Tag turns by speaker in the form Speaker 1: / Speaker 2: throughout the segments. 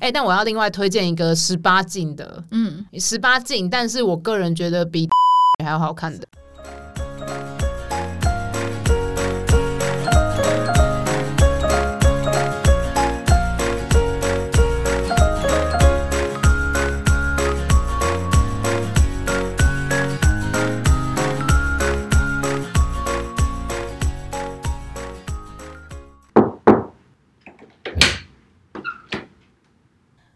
Speaker 1: 哎、但我要另外推荐一个十八禁的，
Speaker 2: 嗯，
Speaker 1: 十八禁，但是我个人觉得比 还要好看的。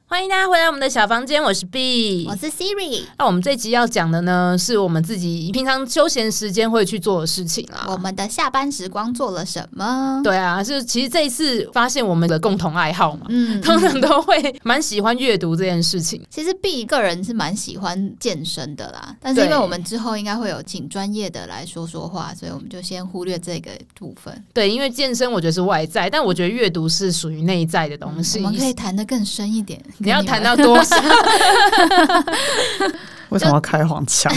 Speaker 1: 欢迎大家回来我们的小房间，我是 B，
Speaker 2: 我是 Siri，
Speaker 1: 那我们这集要讲的呢，是我们自己平常休闲时间会去做的事情
Speaker 2: 我
Speaker 1: 啦。
Speaker 2: 们的下班时光做了什么？
Speaker 1: 啊对啊，是其实这一次发现我们的共同爱好嘛，
Speaker 2: 嗯，
Speaker 1: 通常都会蛮喜欢阅读这件事情。
Speaker 2: 其实 B 个人是蛮喜欢健身的啦，但是因为
Speaker 1: 对
Speaker 2: 我们之后应该会有请专业的来说说话，所以我们就先忽略这个部分。
Speaker 1: 对，因为健身我觉得是外在，但我觉得阅读是属于内在的东西。
Speaker 2: 我们可以谈得更深一点。
Speaker 1: 嗯 你要
Speaker 2: 跟
Speaker 1: 谈到
Speaker 2: 们
Speaker 1: 多少？
Speaker 3: 为什么要开黄 腔？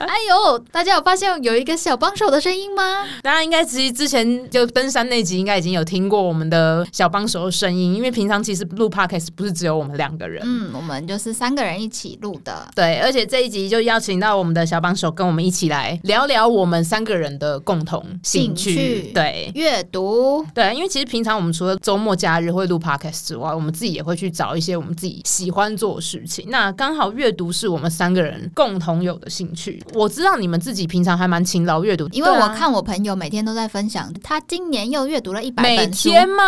Speaker 2: 哎呦，大家有发现有一个小帮手的声音吗？
Speaker 1: 大家应该其实之前就登山那集，应该已经有听过我们的小帮手的声音，因为平常其实录 podcast 不是只有我们两个人。
Speaker 2: 嗯，我们就是三个人一起录的。
Speaker 1: 对，而且这一集就邀请到我们的小帮手跟我们一起来聊聊我们三个人的共同兴趣。
Speaker 2: 兴趣
Speaker 1: 对。
Speaker 2: 阅读，
Speaker 1: 对，因为其实平常我们除了周末、假日会录 podcast 之外，我们自己也会去找一些我们自己喜欢做的事情。那刚好阅读是我们三个人共同有的兴趣。我知道你们自己平常还蛮勤劳阅读，
Speaker 2: 因为
Speaker 1: 对
Speaker 2: 我
Speaker 1: 啊
Speaker 2: 看我朋友每天都在分享，他今年又阅读了一百
Speaker 1: 每
Speaker 2: 本书，
Speaker 1: 天吗？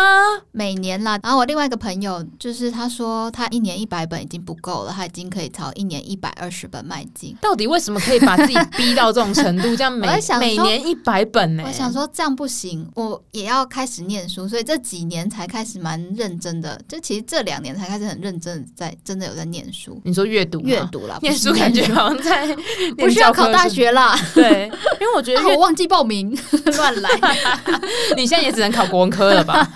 Speaker 2: 每年啦。然后我另外一个朋友就是他说他一年一百本已经不够了，他已经可以朝一年一百二十本迈进。
Speaker 1: 到底为什么可以把自己逼到这种程度？这样每
Speaker 2: 我在想
Speaker 1: 每
Speaker 2: 说
Speaker 1: 年一百本呢、
Speaker 2: 我想说这样不行，我也要开始念书，所以这几年才开始蛮认真的。就其实这两年才开始很认真地在真的有在念书，
Speaker 1: 你说阅读吗
Speaker 2: 阅读啦，
Speaker 1: 念
Speaker 2: 不是
Speaker 1: 书感觉好像在
Speaker 2: 不
Speaker 1: 念
Speaker 2: 需要
Speaker 1: 教科
Speaker 2: 考大
Speaker 1: 书
Speaker 2: 学啦，
Speaker 1: 对，因为我觉得
Speaker 2: 啊
Speaker 1: 阅
Speaker 2: 我忘记 报名，乱来。
Speaker 1: 你现在也只能考国文科了 吧？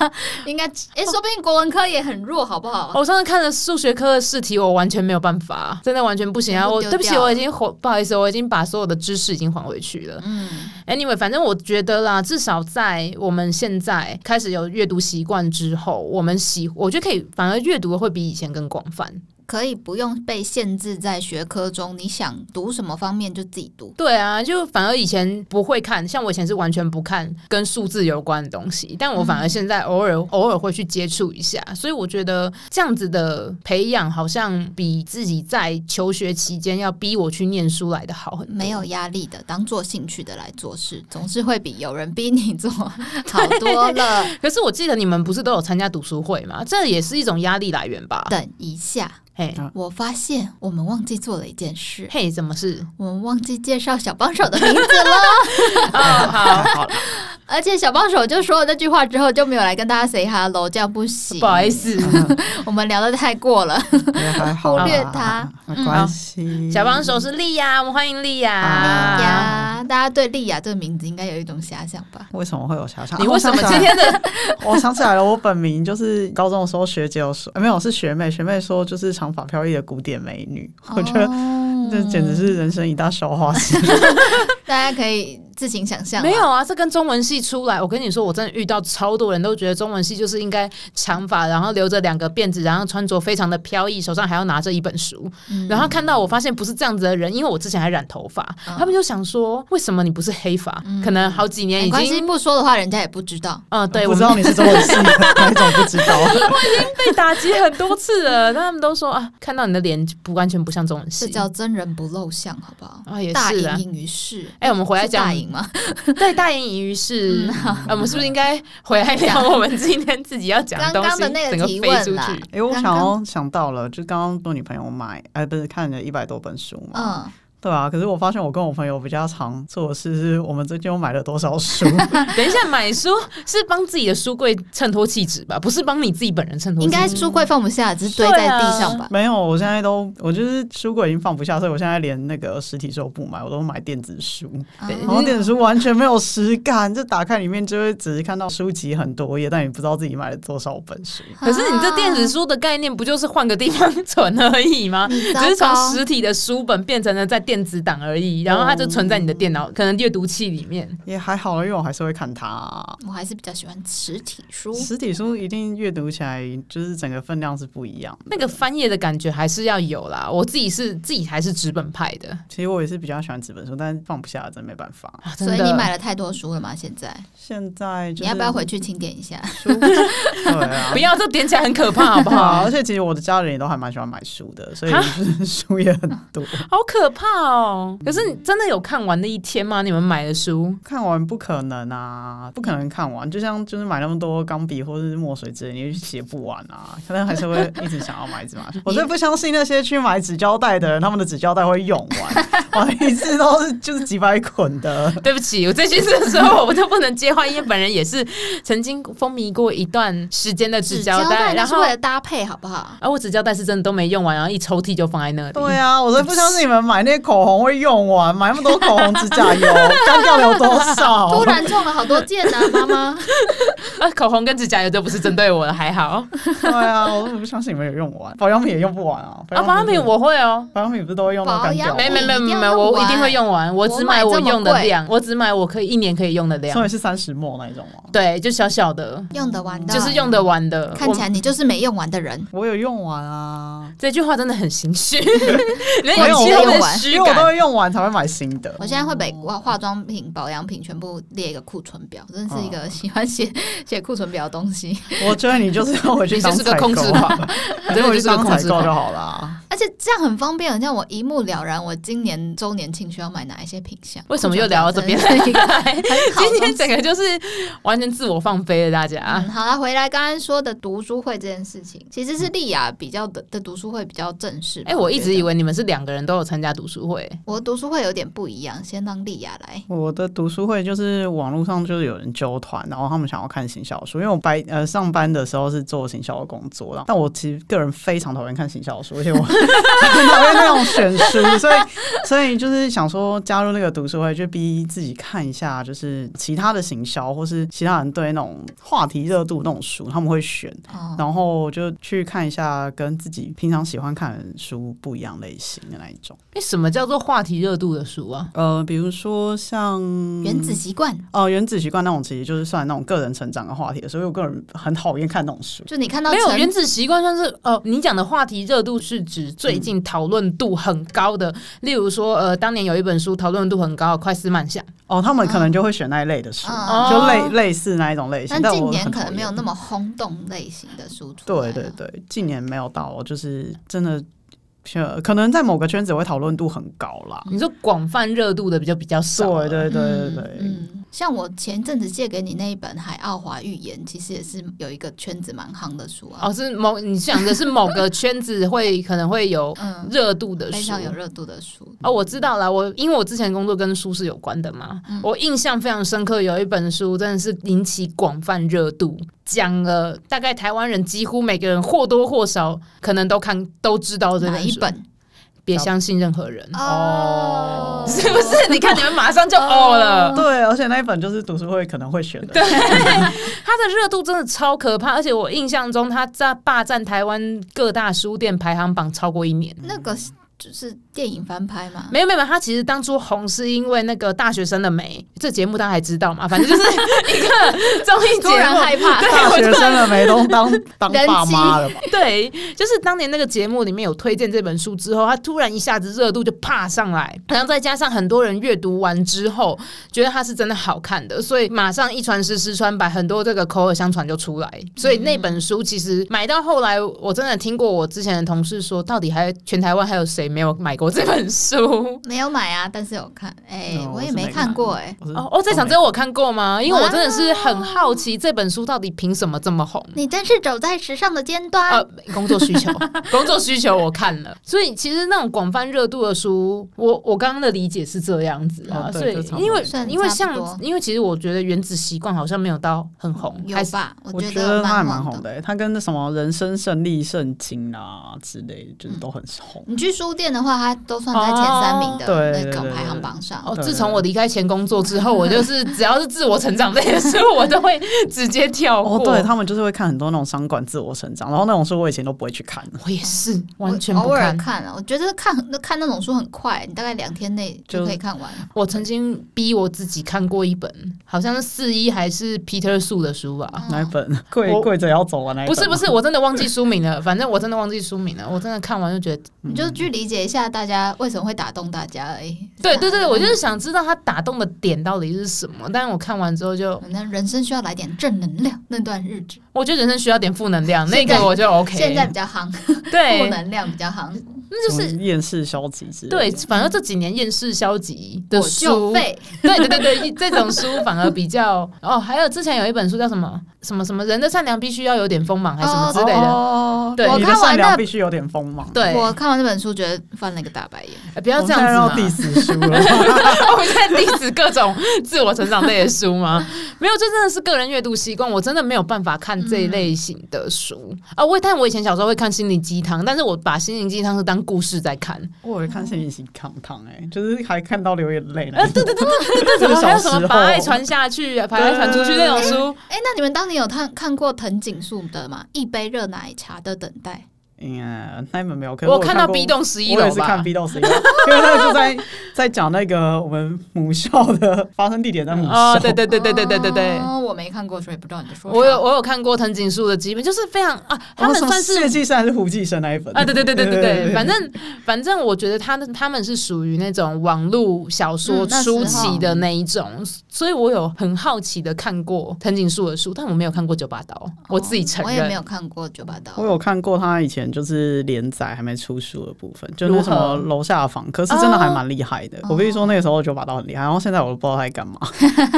Speaker 2: 应该，哎、说不定国文科也很弱，好不好？
Speaker 1: 我上次看了数学科的试题，我完全没有办法，真的完全不行啊！
Speaker 2: 嗯全部
Speaker 1: 我
Speaker 2: 丢
Speaker 1: 对不起，
Speaker 2: 掉
Speaker 1: 我已经还不好意思，我已经把所有的知识已经还回去了。
Speaker 2: 嗯，
Speaker 1: Anyway，反正我觉得啦，至少在我们现在开始有阅读习惯之后，我们喜我觉得可以，反而阅读会比以前更广泛。
Speaker 2: 可以不用被限制在学科中，你想读什么方面就自己读。
Speaker 1: 对啊，就反而以前不会看，像我以前是完全不看跟数字有关的东西，但我反而现在偶尔、
Speaker 2: 嗯
Speaker 1: 偶尔会去接触一下，所以我觉得这样子的培养好像比自己在求学期间要逼我去念书来的好很多。
Speaker 2: 没有压力的，当做兴趣的来做事，总是会比有人逼你做好多了。
Speaker 1: 可是我记得你们不是都有参加读书会吗？这也是一种压力来源吧？
Speaker 2: 等一下，
Speaker 1: 嘿，
Speaker 2: 我发现我们忘记做了一件事，
Speaker 1: 嘿，怎么是？
Speaker 2: 我们忘记介绍小帮手的名字了。
Speaker 1: 哦，好，
Speaker 3: 好了，
Speaker 2: 而且小帮手就说了那句话之后，就没有来跟大家 say hello，这样不行。
Speaker 1: 不好意，思，
Speaker 2: 我们聊的太过了。
Speaker 3: 也还好啦，
Speaker 2: 忽略他
Speaker 3: 没关系。
Speaker 1: 嗯小帮手是莉亚，我们欢迎莉
Speaker 3: 啊
Speaker 1: 亚。
Speaker 2: 莉亚，大家对莉亚这个名字应该有一种遐想吧？
Speaker 3: 为什么会有遐想？
Speaker 1: 你为什么今
Speaker 3: 啊
Speaker 1: 天的
Speaker 3: 我想起来了我 想起来了，我本名就是高中的时候学姐有说，呃没有是学妹，学妹说就是长发飘逸的古典美女，我觉得
Speaker 2: 哦
Speaker 3: 这简直是人生一大笑话。
Speaker 2: 大家可以自行想象啦。
Speaker 1: 没有啊，这跟中文系出来，我跟你说，我真的遇到超多人都觉得中文系就是应该长发，然后留着两个辫子，然后穿着非常的飘逸，手上还要拿着一本书。
Speaker 2: 嗯，
Speaker 1: 然后看到我发现不是这样子的人，因为我之前还染头发，
Speaker 2: 嗯
Speaker 1: 他们就想说，为什么你不是黑发？可能好几年
Speaker 2: 没
Speaker 1: 已
Speaker 2: 关系，
Speaker 1: 经。
Speaker 2: 不说的话人家也不知道。
Speaker 1: 嗯， 对，
Speaker 3: 不
Speaker 1: 我
Speaker 3: 知
Speaker 1: 们
Speaker 3: 道你是中文系的，哪一种不知道？
Speaker 1: 被打击很多次了，但他们都说啊，看到你的脸不完全不像中文
Speaker 2: 这
Speaker 1: 系。
Speaker 2: 叫真人不露相，好不好？
Speaker 1: 啊，也
Speaker 2: 大
Speaker 1: 是
Speaker 2: 隐
Speaker 1: 啊。
Speaker 2: 隐于市。
Speaker 1: 哎、我们回来
Speaker 2: 是大
Speaker 1: 讲，
Speaker 2: 隐吗？
Speaker 1: 对大隐于市
Speaker 2: 嗯，
Speaker 1: 啊我们是不是应该回来聊我们今天自己要讲
Speaker 2: 刚
Speaker 1: 东
Speaker 2: 刚
Speaker 1: 西？
Speaker 2: 的那
Speaker 1: 整
Speaker 2: 个
Speaker 1: 个
Speaker 2: 提
Speaker 1: 飞出
Speaker 2: 问啦
Speaker 1: 去。，
Speaker 3: 哎、我
Speaker 2: 刚
Speaker 3: 想
Speaker 2: 刚
Speaker 3: 要想到了，就刚刚做女朋友买，哎、不是看了一百多本书嘛？
Speaker 2: 嗯，
Speaker 3: 对啊，可是我发现我跟我朋友比较常做的事是，我们最近又买了多少书？
Speaker 1: 等一下，买书是帮自己的书柜衬托气质吧，不是帮你自己本人衬托气
Speaker 2: 应
Speaker 1: 质。
Speaker 2: 该书柜放不下，只是堆在地上吧。
Speaker 3: 没有，我现在都我就是书柜已经放不下，所以我现在连那个实体书都不买，我都买电子书。
Speaker 2: 啊
Speaker 1: 对
Speaker 3: 然后电子书完全没有实感，就打开里面就会只是看到书籍很多页，但你不知道自己买了多少本书。
Speaker 1: 可是你这电子，书的概念不就是换个地方存而已吗？
Speaker 2: 你
Speaker 1: 只
Speaker 2: 糟
Speaker 1: 是从
Speaker 2: 糕
Speaker 1: 实体的书本变成了在电子档而已，然后它就存在你的电脑，可能阅读器里面。
Speaker 3: 也还好了，因为我还是会看它、
Speaker 2: 我还是比较喜欢实体书。
Speaker 3: 实体书一定阅读起来就是整个分量是不一样的。
Speaker 1: 那个翻页的感觉还是要有啦，我自己是自己还是纸本派的
Speaker 3: 其实我也是比较喜欢纸本书，但是放不下，真没办法。
Speaker 1: 啊，真
Speaker 2: 哦所
Speaker 1: 的
Speaker 2: 以你买了太多书了吗？现在
Speaker 3: 现在就是
Speaker 2: 你要不要回去清点一下？
Speaker 3: 书？ 对啊
Speaker 1: 不，要，这点起来很可怕，好不
Speaker 3: 好，
Speaker 1: 好
Speaker 3: 而？且其实我的家人也都还蛮喜欢买书的，所以
Speaker 1: 哈
Speaker 3: 就是书也很多。
Speaker 1: 好可怕哦！可是你真的有看完那一天吗？你们买的书？
Speaker 3: 看完不可能啊，不可能看完，就像就是买那么多钢笔或者是墨水之类，你就写不完啊，可能还是会一直想要买，一直买。我最不相信那些去买纸胶带的人，他们的纸胶带会用 完，我一次都是就是几百捆的。
Speaker 1: 对不起，我这句的时候我就不能接话，因为本人也是曾经风靡过一段时间的纸胶带，
Speaker 2: 那
Speaker 1: 然
Speaker 2: 是
Speaker 1: 后
Speaker 2: 为了搭配，好不好？
Speaker 1: 啊，我纸胶带是真的都没用完，然后一抽屉就放在那里。
Speaker 3: 对啊，我最不相信你们买那些口红会用完，买那么多口红指甲 油，干掉了有多少？
Speaker 2: 突然中了好多箭 啊，妈妈！
Speaker 1: 啊，口红跟指甲油都不是针对我的，还好。
Speaker 3: 对啊，我都不相信你们有用完，保养品也用不完啊。
Speaker 1: 啊，保养品我会哦。
Speaker 3: 保养品不是都会用到干掉吗？
Speaker 1: 没没没
Speaker 2: 一定
Speaker 1: 没
Speaker 2: 要
Speaker 1: 没，
Speaker 2: 用
Speaker 1: 我
Speaker 2: 完
Speaker 1: 一定会用完，我只买我用的量，我只买我可以一年可以啊用的
Speaker 3: 所
Speaker 1: 量。
Speaker 3: 以是三十末那一种吗？
Speaker 1: 对，就小小的，
Speaker 2: 用得完的，
Speaker 1: 就是用得完的。
Speaker 2: 看起
Speaker 1: 我
Speaker 2: 来你就是没用完的人。
Speaker 3: 我有用完啊，
Speaker 1: 这句话真的很心 虚，没
Speaker 2: 我
Speaker 1: 有气后面
Speaker 2: 没有用完
Speaker 1: 虚
Speaker 3: 因为我都
Speaker 1: 感。
Speaker 3: 会用完才会买新的。
Speaker 2: 我现在会把化化妆品、保养品全部列一个库存表，真的是一个喜欢写写库存表的东西。
Speaker 3: 我觉得你就是要回
Speaker 1: 你
Speaker 3: 去
Speaker 1: 就
Speaker 3: 当
Speaker 1: 是个
Speaker 3: 采购
Speaker 1: 控制
Speaker 3: 啊，
Speaker 1: 狂， 真
Speaker 3: 你就
Speaker 1: 的
Speaker 3: 回
Speaker 1: 就
Speaker 3: 去
Speaker 1: 是个
Speaker 3: 当
Speaker 1: 控
Speaker 3: 采
Speaker 1: 制
Speaker 3: 购就
Speaker 1: 狂。
Speaker 3: 好啦。
Speaker 2: 而且这样很方便，像我一目了然，我今年周年庆需要买哪一些品相。
Speaker 1: 为什么又聊到这边
Speaker 2: 库存表真的是一个很好的
Speaker 1: 今
Speaker 2: 东
Speaker 1: 天
Speaker 2: 西
Speaker 1: 整个就是完全自我放飞了，大家
Speaker 2: 嗯，。好了，回来刚刚说的读书会这件事情，其实是丽雅比较的的读书会比较正式吧。
Speaker 1: 哎，我一直
Speaker 2: 觉得
Speaker 1: 以为你们是两个人都有参加读书会，
Speaker 2: 我读书会有点不一样，先让丽雅来。
Speaker 3: 我的读书会就是网络上就是有人揪团，然后他们想要看行销书，因为我白呃上班的时候是做行销的工作，然后但我其实个人非常讨厌看行销书，而 且我很讨厌那种选书，所以所以就是想说加入那个读书会，就逼自己看一下，就是其他的行销或是其他人对那种话题热度那种书，他们会选，
Speaker 2: 哦，
Speaker 3: 然后就去看一下跟自己平常喜欢看的书不一样类型的那一种。
Speaker 1: 哎，什么叫做话题热度的书啊？
Speaker 3: 呃，比如说像
Speaker 2: 原子习惯，
Speaker 3: 哦，原子习惯那种其实就是算那种个人成长的话题，所以我个人很讨厌看那种书。
Speaker 2: 就你看到
Speaker 1: 没有
Speaker 2: 成
Speaker 1: 原子习惯算是呃，你讲的话题热度是指最近讨论度很高的，例如说呃，当年有一本书讨论度很高，《快思慢想》，
Speaker 3: 哦，他们可能就会选那一类的书，
Speaker 2: 嗯
Speaker 3: 就类类似那一种类型。
Speaker 2: 但
Speaker 3: 但
Speaker 2: 近
Speaker 3: 我
Speaker 2: 年
Speaker 3: 很
Speaker 2: 可能没有
Speaker 3: 讨厌
Speaker 2: 那么轰动类型的输出。
Speaker 3: 对对，对，近年没有到，我就是真的。呃可能在某个圈子会讨论度很高啦。
Speaker 1: 你说广泛热度的比较比较少啊，
Speaker 3: 对对对对对，
Speaker 2: 嗯，嗯像我前阵子借给你那一本《海奥华预言》，其实也是有一个圈子蛮夯的书啊。
Speaker 1: 哦，是某你想的是某个圈子会可能会有
Speaker 2: 嗯，
Speaker 1: 热度 的
Speaker 2: 非
Speaker 1: 书。
Speaker 2: 常有热度的书。
Speaker 1: 哦，我知道了。我因为我之前工作跟书是有关的嘛，
Speaker 2: 嗯
Speaker 1: 我印象非常深刻，有一本书真的是引起广泛热度，讲了大概台湾人几乎每个人或多或少可能都看都知道这
Speaker 2: 哪一
Speaker 1: 书
Speaker 2: 本？
Speaker 1: 别相信任何人，
Speaker 3: 哦
Speaker 2: 哦，
Speaker 1: 嗯 是不是？你看你们马上就哦
Speaker 2: 嗯
Speaker 1: 了。
Speaker 3: 对，而且那一本就是读书会可能会选的。
Speaker 1: 对，它的热度真的超可怕，而且我印象中它在霸占台湾各大书店排行榜超过一年。
Speaker 3: 嗯
Speaker 2: 那个是就是电影翻拍嘛？
Speaker 1: 没有没有，没有它其实当初红是因为那个大学生的美这节目，大家还知道嘛？反正 就是一个综艺节
Speaker 2: 突然
Speaker 1: 目，
Speaker 2: 害怕，
Speaker 3: 大学生的梅东当当
Speaker 2: 人
Speaker 3: 爸
Speaker 2: 妻
Speaker 3: 妈了吧？
Speaker 1: 对，就是当年那个节目里面有推荐这本书之后，它突然一下子热度就爬上来，然后再加上很多人阅读完之后觉得它是真的好看的，所以马上一传十，十传百，很多这个口耳相传就出来。所以那本书其实买到后来，我真的听过我之前的同事说，到底还全台湾还有谁没有买过这本书？
Speaker 2: 没有买啊，但是有看，哎、
Speaker 3: 嗯
Speaker 2: 我
Speaker 3: 我
Speaker 2: 也
Speaker 3: 是
Speaker 2: 没
Speaker 3: 没
Speaker 2: 看
Speaker 3: 看
Speaker 2: 过、哎，
Speaker 3: 我是
Speaker 1: 哦哦，啊这场
Speaker 3: 都没
Speaker 1: 只有我看过吗？因为我真的是很好奇这本书到底凭什么这么红。
Speaker 2: 你真是走在时尚的尖端。
Speaker 1: 呃，工作需 求，工作需求我看了， 所以其实那种广泛热度的书，我我刚刚的理解是这样子啊，
Speaker 3: 哦对
Speaker 1: 所
Speaker 3: 就差不
Speaker 1: 以
Speaker 3: 多
Speaker 1: 因为
Speaker 2: 算
Speaker 1: 因为
Speaker 2: 差不多
Speaker 1: 像因为其实我觉得《原子习惯》好像没有到很红，
Speaker 2: 有
Speaker 1: 还是
Speaker 2: 吧？我
Speaker 3: 我觉
Speaker 2: 得
Speaker 3: 得他还蛮
Speaker 2: 红
Speaker 3: 红。的欸、他
Speaker 1: 嗯
Speaker 3: 跟那什么人生胜利圣经啊之类，就是都很红。
Speaker 2: 你去书店的话，它都算在前三名的
Speaker 3: 哦对
Speaker 2: 那
Speaker 3: 对
Speaker 2: 个
Speaker 3: 对
Speaker 2: 排行榜上。
Speaker 1: 哦，
Speaker 3: 对
Speaker 1: 自从我离开前工作之后，我 就是只要是自我成长类的书，我都会直接跳过。
Speaker 3: 哦，对他们就是会看很多那种商管自我成长，然后那种书我以前都不会去看，
Speaker 1: 我也是
Speaker 2: 我
Speaker 1: 完全不
Speaker 2: 偶尔
Speaker 1: 看。
Speaker 2: 看啊，我觉得看那看那种书很快，你大概两天内就
Speaker 3: 就啊
Speaker 2: 可以看完。
Speaker 1: 我曾经逼我自己看过一本，好像是四一还是 Peter 树的书吧。
Speaker 2: 嗯
Speaker 3: 哪一本 跪
Speaker 1: 嗯我
Speaker 3: 跪着也要走啊？那一
Speaker 1: 不
Speaker 3: 本
Speaker 1: 是不
Speaker 3: 吗，
Speaker 1: 是，我真的忘记书名了。反正我真的忘记书名了。我真的看完就觉得，
Speaker 2: 你就
Speaker 3: 嗯
Speaker 2: 去理解一下大家为什么会打动大家而已。
Speaker 1: 对对对，我就是想知道他打动的点到底是什么。但是我看完之后就，
Speaker 2: 反正人生需要来点正能量，那段日子
Speaker 1: 我觉得人生需要点负能量，那
Speaker 2: 现在
Speaker 1: 个我就 OK。
Speaker 2: 现在比较夯，负
Speaker 1: 对，
Speaker 2: 能量比较夯，
Speaker 1: 那就
Speaker 3: 什么
Speaker 1: 是
Speaker 3: 厌世消极之类的
Speaker 1: 对，反正这几年厌世消极的
Speaker 2: 我
Speaker 1: 书
Speaker 2: 就，废。
Speaker 1: 对对对对，这种书反而比较哦。还有之前有一本书叫什么什么什么，人的善良必须要有点锋芒，还是什么之类的。
Speaker 3: 哦
Speaker 1: 对
Speaker 2: 我
Speaker 3: 你的
Speaker 2: 看完
Speaker 3: 善良
Speaker 2: 那
Speaker 3: 必须有点锋芒。
Speaker 1: 对，
Speaker 2: 我看完那本书，觉得翻了一个大白眼。
Speaker 1: 哎不要
Speaker 3: 我
Speaker 1: 这
Speaker 3: 们现在
Speaker 1: 样
Speaker 3: 要
Speaker 1: 子嘛。
Speaker 3: diss 书 了，
Speaker 1: 我们在 diss 各种自我成长类的书吗？没有，这真的是个人阅读习惯，我真的没有办法看这一类型的书、啊。我但我以前小时候会看心灵鸡汤，但是我把心灵鸡汤是当故事在看。
Speaker 3: 我有看《心理型康汤》哎，就是还看到流眼泪呢。
Speaker 1: 呃
Speaker 3: 对对对，
Speaker 1: 那什么还有什
Speaker 3: 小时
Speaker 1: 么
Speaker 3: 候
Speaker 1: 把爱传下去、把爱传出去那种书？
Speaker 2: 哎，那你们当年有看看过藤井树的吗？一杯热奶茶的等待，
Speaker 3: 嗯，那一本没有，可是
Speaker 1: 我
Speaker 3: 有
Speaker 1: 看
Speaker 3: 看
Speaker 1: 到
Speaker 3: 过
Speaker 1: B 栋十一
Speaker 3: 我也
Speaker 1: 楼
Speaker 3: 是看
Speaker 1: 吧。
Speaker 3: B 到 十一，因为他就在在讲那个我们母校的发生地点在母校，
Speaker 1: 哦，对对对对对对对对。
Speaker 2: 哦我没看过，所以不知道你在
Speaker 3: 哦
Speaker 2: 说啥。
Speaker 1: 我有我有看过藤井树的几本，就是非常啊，他
Speaker 3: 然后
Speaker 1: 们
Speaker 3: 哦什么
Speaker 1: 算是
Speaker 3: 谢继生还是胡继生那一本
Speaker 1: 啊，对对对对对对，反
Speaker 3: 正
Speaker 1: 正反正我觉得他们他们是属于那种网络小说
Speaker 2: 嗯那时
Speaker 1: 初
Speaker 2: 候
Speaker 1: 期的那一种，所以我有很好奇的看过藤井树的书，但我没有看过九把刀，我自己承
Speaker 2: 我
Speaker 1: 认。
Speaker 2: 也没有看过九把刀。
Speaker 3: 我有看过他以前就是连载还没出书的部分，就那什么
Speaker 1: 如何
Speaker 3: 楼下房，可是真的还蛮厉害的。
Speaker 2: 哦
Speaker 3: 我必须说那个时候九把刀很厉害，然后现在我都不知道他在 干嘛，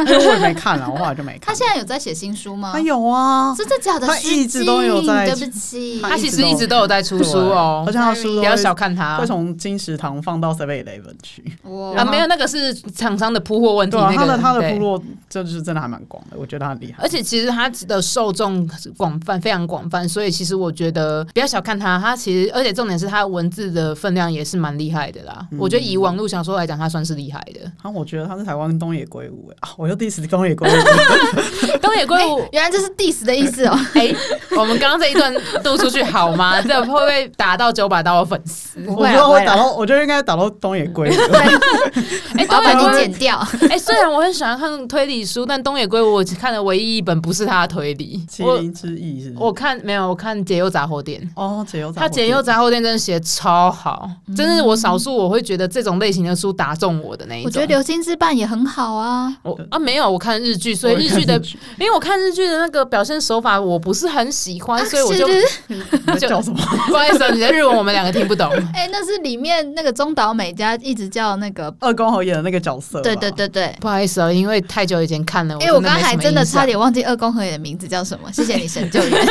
Speaker 3: 因为我也没看了，我后来就没
Speaker 2: 他
Speaker 1: 哦
Speaker 3: 看。
Speaker 2: 现在有在写新书吗？
Speaker 3: 他有啊，
Speaker 2: 真的假的？
Speaker 3: 他一直都有在
Speaker 2: 失敬对不起，
Speaker 1: 他其实一直都有在出书
Speaker 3: 对
Speaker 1: 哦
Speaker 3: 而，且他的
Speaker 1: 不
Speaker 3: 书都
Speaker 1: 要小啊看他
Speaker 3: 会从金石堂放到 Seven Eleven 去。
Speaker 2: 我
Speaker 1: 啊，没有那个是厂商的铺货问题，
Speaker 3: 对啊，
Speaker 1: 那个
Speaker 3: 他的他的
Speaker 1: 对
Speaker 3: 部落就是真的还蛮广的，我觉得他很厉害。
Speaker 1: 而且其实他的受众是广泛，非常广泛，所以其实我觉得不要小看他，他其实而且重点是他文字的分量也是蛮厉害的啦。我觉得以网络小说来讲，他算是厉害的。
Speaker 3: 啊然后我觉得他是台湾东野圭吾哎啊，我又 diss 东野 圭吾，
Speaker 1: 东野圭吾，
Speaker 2: 哎原来这是 diss 的意思 哦。
Speaker 1: 哎、我们刚刚这一段录出去好 吗？这会不会打到九把刀的粉丝？
Speaker 2: 不
Speaker 3: 我
Speaker 2: 会
Speaker 3: 觉
Speaker 2: 啦，
Speaker 3: 得
Speaker 2: 不
Speaker 3: 我
Speaker 2: 会
Speaker 3: 打
Speaker 2: 啦，
Speaker 3: 到，我觉得应该打到东野圭吾。
Speaker 1: 哎、
Speaker 2: 我要
Speaker 1: 东
Speaker 2: 把
Speaker 1: 野
Speaker 2: 你
Speaker 1: 圭
Speaker 2: 剪掉。
Speaker 1: 吾，哎、虽然我很喜欢看推理书，但东野圭吾我只看了唯一一本不是他的推理，
Speaker 3: 麒
Speaker 1: 我
Speaker 3: 麟之翼是不是？
Speaker 1: 我看没有，我看《解忧杂货店》。
Speaker 3: 哦，解忧杂
Speaker 1: 他
Speaker 3: 货
Speaker 1: 解
Speaker 3: 店
Speaker 1: 忧杂货店真的写得超好，
Speaker 2: 嗯
Speaker 1: 真是我少数我会觉得这种类型的书打中我的那一种。
Speaker 2: 我觉得《流星之绊》也很好啊。
Speaker 1: 我啊没有，我看日剧，所以
Speaker 3: 我也
Speaker 1: 日
Speaker 3: 看
Speaker 1: 剧的
Speaker 3: 日，剧
Speaker 1: 因为我看日剧的那个表现手法我不是很喜欢，所以我就
Speaker 2: 啊是是
Speaker 3: 你在
Speaker 1: 就
Speaker 3: 叫什么？
Speaker 1: 不好意思哦，你的日文我们两个听不懂。
Speaker 2: 哎、那是里面那个中岛美嘉一直叫那个，
Speaker 3: 二宫和演的那个角色吧，
Speaker 2: 对对对对。
Speaker 1: 不好意思哦，因为太久以前看了，
Speaker 2: 哎、我
Speaker 1: 真的
Speaker 2: 刚
Speaker 1: 没
Speaker 2: 才
Speaker 1: 什么
Speaker 2: 真的
Speaker 1: 印象
Speaker 2: 差点忘记二宫和也的名字叫什么，谢谢你神 救援。哎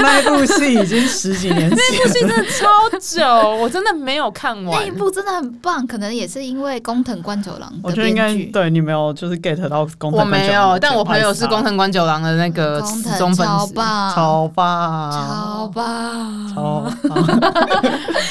Speaker 3: 那一部戏已经十几年前
Speaker 1: 那部戏真的超久，我真的没有看
Speaker 2: 那
Speaker 1: 完
Speaker 2: 一。部真的很棒，可能也是因为工藤官九郎
Speaker 3: 我
Speaker 2: 的
Speaker 3: 觉得应该
Speaker 2: 编剧。
Speaker 3: 对你没有就是 get 到工藤
Speaker 1: 我
Speaker 3: 官九
Speaker 1: 没
Speaker 3: 郎
Speaker 1: 有，
Speaker 3: 的
Speaker 1: 但我朋友是
Speaker 3: 角色
Speaker 1: 工藤官九郎的那个
Speaker 2: 工
Speaker 1: 呃死忠
Speaker 2: 藤
Speaker 1: 粉
Speaker 2: 超
Speaker 1: 丝。
Speaker 2: 棒，
Speaker 3: 超棒，
Speaker 2: 超棒，
Speaker 3: 超棒，
Speaker 1: 哦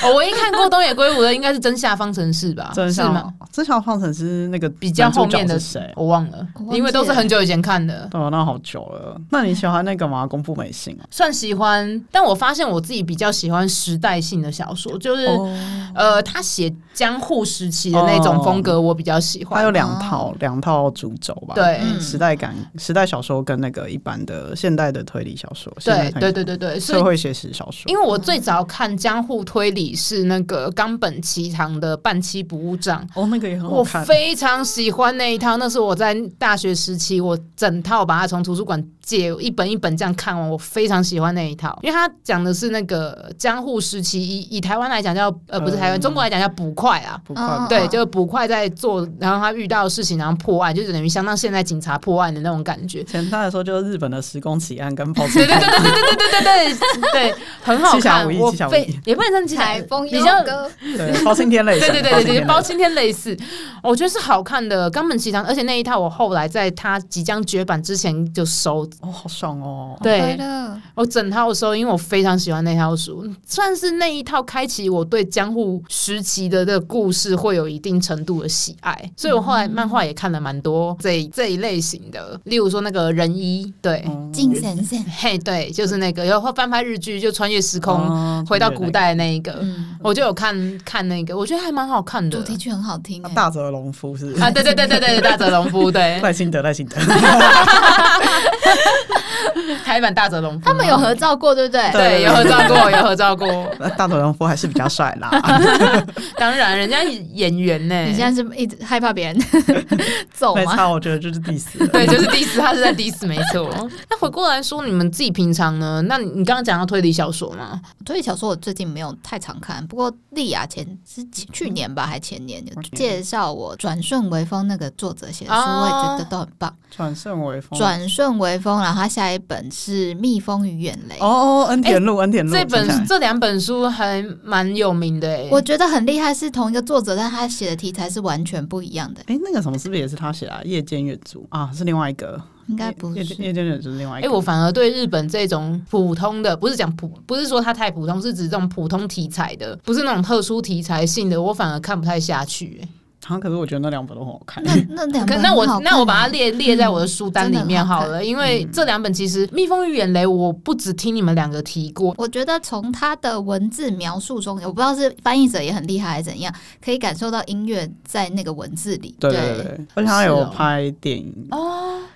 Speaker 1: 我唯一看过东野圭吾的应该是《真下方程式》吧？
Speaker 3: 真
Speaker 1: 是吗？
Speaker 3: 相真相方程是那个
Speaker 1: 比较后面
Speaker 3: 男主
Speaker 1: 的
Speaker 3: 角是谁？
Speaker 1: 我忘了
Speaker 2: 我忘，记
Speaker 1: 因为都是很久以前看的，
Speaker 3: 对啊，那好久了。那你喜欢那个吗？宫部美幸啊？
Speaker 1: 算喜欢。但我发现我自己比较喜欢时代性的小说，就是、
Speaker 3: 哦，
Speaker 1: 呃，他写江户时期的那种风格，我比较喜
Speaker 3: 它
Speaker 1: 欢。
Speaker 3: 有两套两套主轴吧？
Speaker 1: 对
Speaker 2: 嗯
Speaker 3: 时代感、时代小说跟那个一般的现代的推理小说，现代
Speaker 1: 对
Speaker 3: 推理
Speaker 1: 对对对对，所以
Speaker 3: 社会写实小说。
Speaker 1: 因为我最早看江户推理是那个冈本齐堂的《半期不务账》，
Speaker 3: 哦，那个也很好
Speaker 1: 我
Speaker 3: 看，
Speaker 1: 非常喜欢那一套，那是我在大学时期，我整套把它从图书馆借一本一本这样看完，我非常喜欢那一套，因为它讲的是那个江户时期，以以台湾来讲叫呃不是台湾，
Speaker 3: 嗯
Speaker 1: 中国来讲叫捕快啊。
Speaker 3: 不快吧
Speaker 2: 嗯
Speaker 1: 对，就是捕快在做，然后他遇到的事情，然后破案，就等于相当现在警察破案的那种感觉。
Speaker 3: 简单来说，就是日本的时空奇案跟跑车
Speaker 1: 对对对对对对对对对对，很好
Speaker 3: 七侠
Speaker 1: 看。
Speaker 3: 五义
Speaker 1: 我
Speaker 3: 七侠五
Speaker 1: 非
Speaker 3: 义
Speaker 1: 也不能算七侠
Speaker 2: 台风
Speaker 1: 比
Speaker 2: 优
Speaker 1: 较
Speaker 2: 哥，
Speaker 3: 对包青天类似，
Speaker 1: 对对对对对，包
Speaker 3: 包青
Speaker 1: 青天类似，我觉得是好看的《冈本齐堂》，而且那一套我后来在它即将绝版之前就收
Speaker 3: 哦，好爽哦！
Speaker 2: 快
Speaker 1: 对嗯
Speaker 2: 乐
Speaker 1: 我整套的时候，因为我非常喜欢那套书，算是那一套开启我对江户时期的这个故事会有一定程度的喜爱，所以我后来漫画也看了蛮多这一这一类型的，例如说那个仁一，对，
Speaker 3: 嗯
Speaker 2: 金闪闪，
Speaker 1: 嘿，对，就是那个，然后翻拍日剧就穿越时空、
Speaker 3: 嗯
Speaker 1: 回到古代的那一个，
Speaker 2: 嗯，
Speaker 1: 我就有看看那个，我觉得还蛮好看的
Speaker 2: 主。题曲很好听、
Speaker 3: 啊
Speaker 2: 欸，
Speaker 3: 大泽隆夫是
Speaker 1: 啊，对对对对对，大泽隆夫， 对，
Speaker 3: 赖幸德，赖幸德，
Speaker 1: 台版大泽隆夫，
Speaker 2: 他们有合照过，对不对？
Speaker 1: 对有合照过，有合照过，
Speaker 3: 大泽隆夫还是比较帅啦。
Speaker 1: 当然人家演员呢，
Speaker 2: 你现在是一直害怕别人 走
Speaker 3: 没
Speaker 2: 吗？
Speaker 3: 差，我觉得就是 diss 了。
Speaker 1: 对，就是 diss，他是在 diss，没 错。那回过来说，你们自己平常呢？那你你刚刚讲到推理小说嘛？
Speaker 2: 推理小说我最近没有太常看，不过丽雅前是前去年吧，还前年
Speaker 1: 嗯
Speaker 2: 有
Speaker 3: 我觉得
Speaker 2: 介绍我《转瞬为风》那个作者写的书，
Speaker 1: 哦
Speaker 2: 我也觉得都很棒。
Speaker 3: 转胜为风，
Speaker 2: 转瞬为风，然后他下一本是《蜜蜂与眼泪》。
Speaker 3: 哦哦，恩田路，恩田路，
Speaker 1: 这本
Speaker 3: 听起来
Speaker 1: 这两本书还蛮有名的欸诶、
Speaker 2: 我觉得很厉害，是同一个作者，但他写的题材是完全不一样的，
Speaker 3: 哎，那个什么是不是也是他写的啊？夜间远足啊，是另外一个，
Speaker 2: 应该不
Speaker 3: 夜
Speaker 2: 是。
Speaker 3: 夜间远足是另外
Speaker 1: 哎、
Speaker 3: 一个。
Speaker 1: 我反而对日本这种普通的，不是讲普，不是说它太普通，是指这种普通题材的，不是那种特殊题材性的，我反而看不太下去、欸。
Speaker 3: 啊，可是我觉得那两本都很好看。
Speaker 2: 那那 两
Speaker 1: 可
Speaker 2: 本
Speaker 1: 那我
Speaker 2: 很好看啊欸
Speaker 1: 那我把它列列在我的书单里面好了，因为
Speaker 3: 嗯
Speaker 1: 这两本其实《蜜蜂与眼泪》，我不只听你们两个提过，
Speaker 2: 我觉得从他的文字描述中，我不知道是翻译者也很厉害还是怎样，可以感受到音乐在那个文字里。
Speaker 3: 对对对，对而且他
Speaker 1: 是
Speaker 3: 有
Speaker 1: 哦
Speaker 3: 拍电影，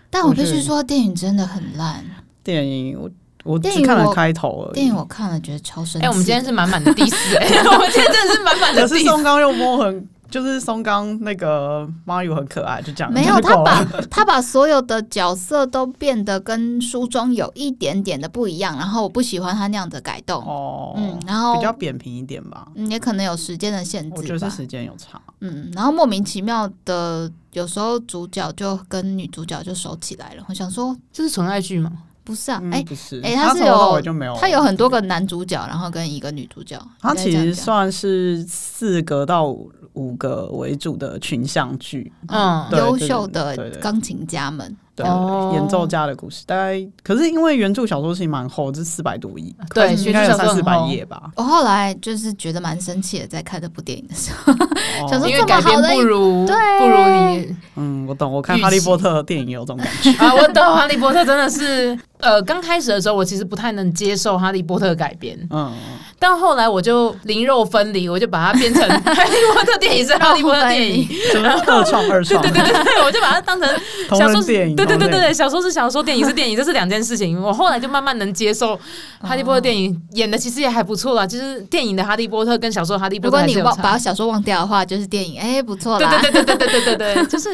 Speaker 2: 但我必须说，电影真的很烂。
Speaker 3: 电影我我
Speaker 2: 电
Speaker 3: 只
Speaker 2: 影
Speaker 3: 看了
Speaker 2: 我
Speaker 3: 开头而已。
Speaker 2: 电影我看了觉得超生气。
Speaker 1: 哎、我们今天是满满的 diss，哎、 我们今天真的是满满的
Speaker 3: 可是
Speaker 1: diss。
Speaker 3: 松冈又摸很，就是松冈那个 Mario 很可爱，就这样。
Speaker 2: 没
Speaker 3: 就
Speaker 2: 有
Speaker 3: 是
Speaker 2: 他
Speaker 3: 够
Speaker 2: 把
Speaker 3: 了
Speaker 2: 他把所有的角色都变得跟书中有一点点的不一样，然后我不喜欢他那样的改动。
Speaker 3: 哦，
Speaker 2: 嗯，然后
Speaker 3: 比较扁平一点吧。
Speaker 2: 嗯也可能有时间的限
Speaker 3: 我
Speaker 2: 制
Speaker 3: 觉得
Speaker 2: 吧
Speaker 3: 是。时间有差，
Speaker 2: 嗯，然后莫名其妙的，有时候主角就跟女主角就熟起来了。我想说，
Speaker 1: 这是纯爱剧吗？
Speaker 2: 不是啊，
Speaker 3: 嗯哦
Speaker 2: 哎、
Speaker 3: 不是，
Speaker 2: 哎
Speaker 3: 他
Speaker 2: 他是
Speaker 3: 从头到
Speaker 2: 有
Speaker 3: 尾就没有，
Speaker 2: 他有很多个男主角，然后跟一个女主角。
Speaker 3: 它
Speaker 2: 应该
Speaker 3: 其
Speaker 2: 这样
Speaker 3: 实
Speaker 2: 讲
Speaker 3: 算是四个到五五个为主的群像剧，
Speaker 1: 嗯
Speaker 3: 对
Speaker 2: 优秀
Speaker 3: 对
Speaker 2: 的
Speaker 3: 对
Speaker 2: 钢琴家们，
Speaker 3: 对，
Speaker 1: 哦
Speaker 3: 演奏家的故事。大概可是因为原著小说其实蛮厚，这四百多页，
Speaker 1: 啊对
Speaker 3: 应该有
Speaker 1: 原著小说
Speaker 3: 三
Speaker 1: 很
Speaker 3: 四百
Speaker 1: 厚
Speaker 3: 页吧。
Speaker 2: 我后来就是觉得蛮生气的，在看这部电影的时候，
Speaker 3: 哦
Speaker 2: 小说
Speaker 1: 因为
Speaker 2: 这么
Speaker 1: 改编
Speaker 2: 好的
Speaker 1: 不
Speaker 2: 一
Speaker 1: 如
Speaker 2: 对
Speaker 1: 不如你
Speaker 3: 嗯，我懂，我看
Speaker 1: 预
Speaker 3: 《哈利
Speaker 1: 期
Speaker 3: 波特》电影也有这种感觉。
Speaker 1: 啊！我懂《哈利波特》真的是，呃，刚开始的时候我其实不太能接受《哈利波特》改编，
Speaker 3: 嗯，嗯
Speaker 1: 但后来我就灵肉分离，我就把它变成 《哈利波特》电影是《哈利波特》电影，
Speaker 3: 就是二创二创，
Speaker 1: 对对对，我就把它当成
Speaker 3: 同
Speaker 1: 小说
Speaker 3: 人
Speaker 1: 是
Speaker 3: 电影，
Speaker 1: 对对对
Speaker 3: 同人
Speaker 1: 对
Speaker 3: 电
Speaker 1: 对，
Speaker 3: 影，
Speaker 1: 小说是小说，电影是电影，这是两件事情。我后来就慢慢能接受《哈利波特》电影演的其实也还不错啦，就是电影的《哈利波特》跟小说《哈利波
Speaker 2: 如
Speaker 1: 特》
Speaker 2: 果
Speaker 1: 还
Speaker 2: 你
Speaker 1: 是有
Speaker 2: 忘把
Speaker 1: 差。
Speaker 2: 小说忘掉的话，就是电影，哎、不错
Speaker 1: 对
Speaker 2: 啦。
Speaker 1: 对对对对对对对对，就是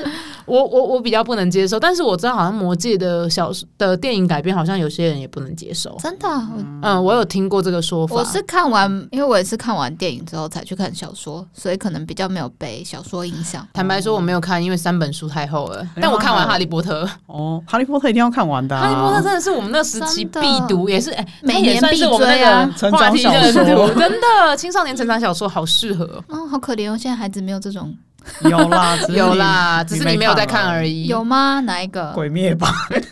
Speaker 1: 我我我比较不能接受，但是我知道好像《魔戒》的小说的电影改编，好像有些人也不能接受。
Speaker 2: 真的，我
Speaker 1: 嗯，我有听过这个说法。
Speaker 2: 我是看完，因为我也是看完电影之后才去看小说，所以可能比较没有被小说影响。
Speaker 1: 坦白说我没有看，因为三本书太厚了。
Speaker 3: 哎
Speaker 1: 但我看完《
Speaker 3: 还好
Speaker 1: 哈利波特》，
Speaker 3: 哦，《哈利波特》一定要看完的、
Speaker 1: 《
Speaker 3: 啊，
Speaker 1: 哈利波特》真的是我们那时期
Speaker 2: 真的
Speaker 1: 必读，也是哎，它
Speaker 2: 每
Speaker 1: 也
Speaker 2: 年
Speaker 1: 算
Speaker 2: 必
Speaker 1: 是我们
Speaker 2: 追啊
Speaker 1: 那个话题热
Speaker 3: 成长小
Speaker 1: 度，
Speaker 3: 说
Speaker 1: 真的青少年成长小说好适合哦。
Speaker 2: 哦，好可怜哦，现在孩子没有这种
Speaker 3: 有 啦，只是
Speaker 1: 有
Speaker 3: 你
Speaker 1: 啦，只是你没有在看而
Speaker 3: 已。
Speaker 1: 已。
Speaker 2: 有吗？哪一个？
Speaker 3: 鬼灭吧，
Speaker 1: 《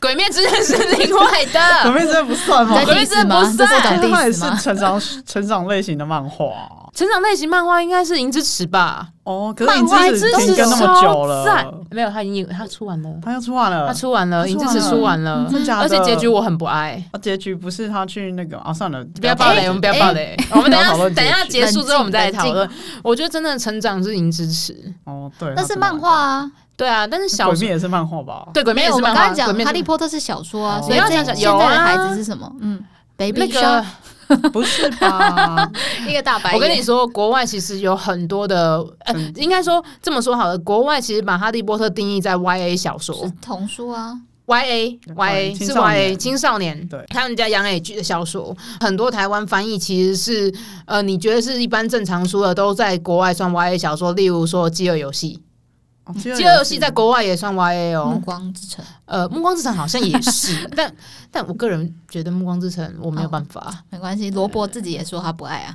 Speaker 1: 鬼灭之刃》是另外
Speaker 3: 鬼
Speaker 1: 的，
Speaker 3: 灭真的不算吗
Speaker 2: 你在？
Speaker 1: 鬼灭
Speaker 2: diss
Speaker 1: 之刃
Speaker 2: 吗？
Speaker 1: 不是啊
Speaker 2: 这是
Speaker 1: 在
Speaker 2: 懂
Speaker 3: 它也
Speaker 2: diss
Speaker 3: 是
Speaker 2: 吗？
Speaker 3: 成长成长类型的漫画啊
Speaker 1: 成长类型漫画应该是《银之匙》吧？
Speaker 3: 哦。可是
Speaker 1: 漫
Speaker 3: 你
Speaker 1: 画
Speaker 3: 之前
Speaker 1: 匙
Speaker 3: 停更那么久
Speaker 1: 超赞
Speaker 3: 了，
Speaker 1: 没有他已经他出完了，
Speaker 3: 他要出完了，
Speaker 1: 他出完了，《
Speaker 3: 他
Speaker 1: 银
Speaker 3: 出
Speaker 1: 之
Speaker 3: 完
Speaker 1: 匙》出完了
Speaker 2: 嗯
Speaker 3: 了，真假的？
Speaker 1: 而且结局我很不爱。
Speaker 3: 啊，结局不是他去那个啊，算了，
Speaker 1: 不要暴雷，
Speaker 2: 哎
Speaker 1: 我们不要暴雷，我们等一
Speaker 3: 不要讨
Speaker 1: 下
Speaker 3: 论结
Speaker 1: 等
Speaker 3: 局
Speaker 1: 一下结束之后我们再来讨论
Speaker 2: 冷。
Speaker 1: 我觉得真的成长是银之匙，
Speaker 3: 哦，对，
Speaker 2: 那
Speaker 3: 他
Speaker 2: 是
Speaker 3: 出完
Speaker 2: 漫画啊，
Speaker 1: 对啊，但是
Speaker 3: 了，
Speaker 1: 小
Speaker 3: 鬼灭也是漫画吧？
Speaker 1: 对鬼
Speaker 2: 没
Speaker 1: 灭也
Speaker 2: 有。我
Speaker 1: 是
Speaker 2: 们
Speaker 1: 漫
Speaker 2: 刚
Speaker 1: 画，
Speaker 2: 才讲
Speaker 1: 鬼灭
Speaker 2: 《
Speaker 1: 是
Speaker 2: 哈利波特》是小说啊，
Speaker 3: 哦
Speaker 2: 所以
Speaker 1: 你要
Speaker 2: 这
Speaker 1: 想想
Speaker 2: 现在
Speaker 1: 有
Speaker 2: 的
Speaker 1: 啊
Speaker 2: 孩子是什么？嗯
Speaker 1: 那
Speaker 2: ，baby
Speaker 1: 个
Speaker 2: shark，
Speaker 3: 不是吧？
Speaker 2: 一个大白眼。
Speaker 1: 我跟你说，国外其实有很多的，呃，
Speaker 3: 嗯
Speaker 1: 应该说这么说好了，国外其实把《哈利波特》定义在 Y A 小说
Speaker 2: 是童书啊，
Speaker 1: ，Y A Y
Speaker 3: 对
Speaker 1: A
Speaker 3: 青
Speaker 1: 是
Speaker 3: 少
Speaker 1: Y A
Speaker 3: 年
Speaker 1: 青少年，
Speaker 3: 对
Speaker 1: 他们家杨 A 剧的小说，很多台湾翻译其实是，呃，你觉得是一般正常书的，都在国外算 Y A 小说，例如说《饥饿游戏》，
Speaker 3: 哦
Speaker 1: 《
Speaker 3: 饥
Speaker 1: 饥饿游戏》在国外也算 Y A
Speaker 2: 《暮
Speaker 1: 哦，
Speaker 2: 光之城》
Speaker 1: 呃，《暮光之城》好像也 是，但但我个人觉得《暮光之城》我没有
Speaker 2: 哦
Speaker 1: 办法，
Speaker 2: 没关系，罗伯自己也说他不爱 啊。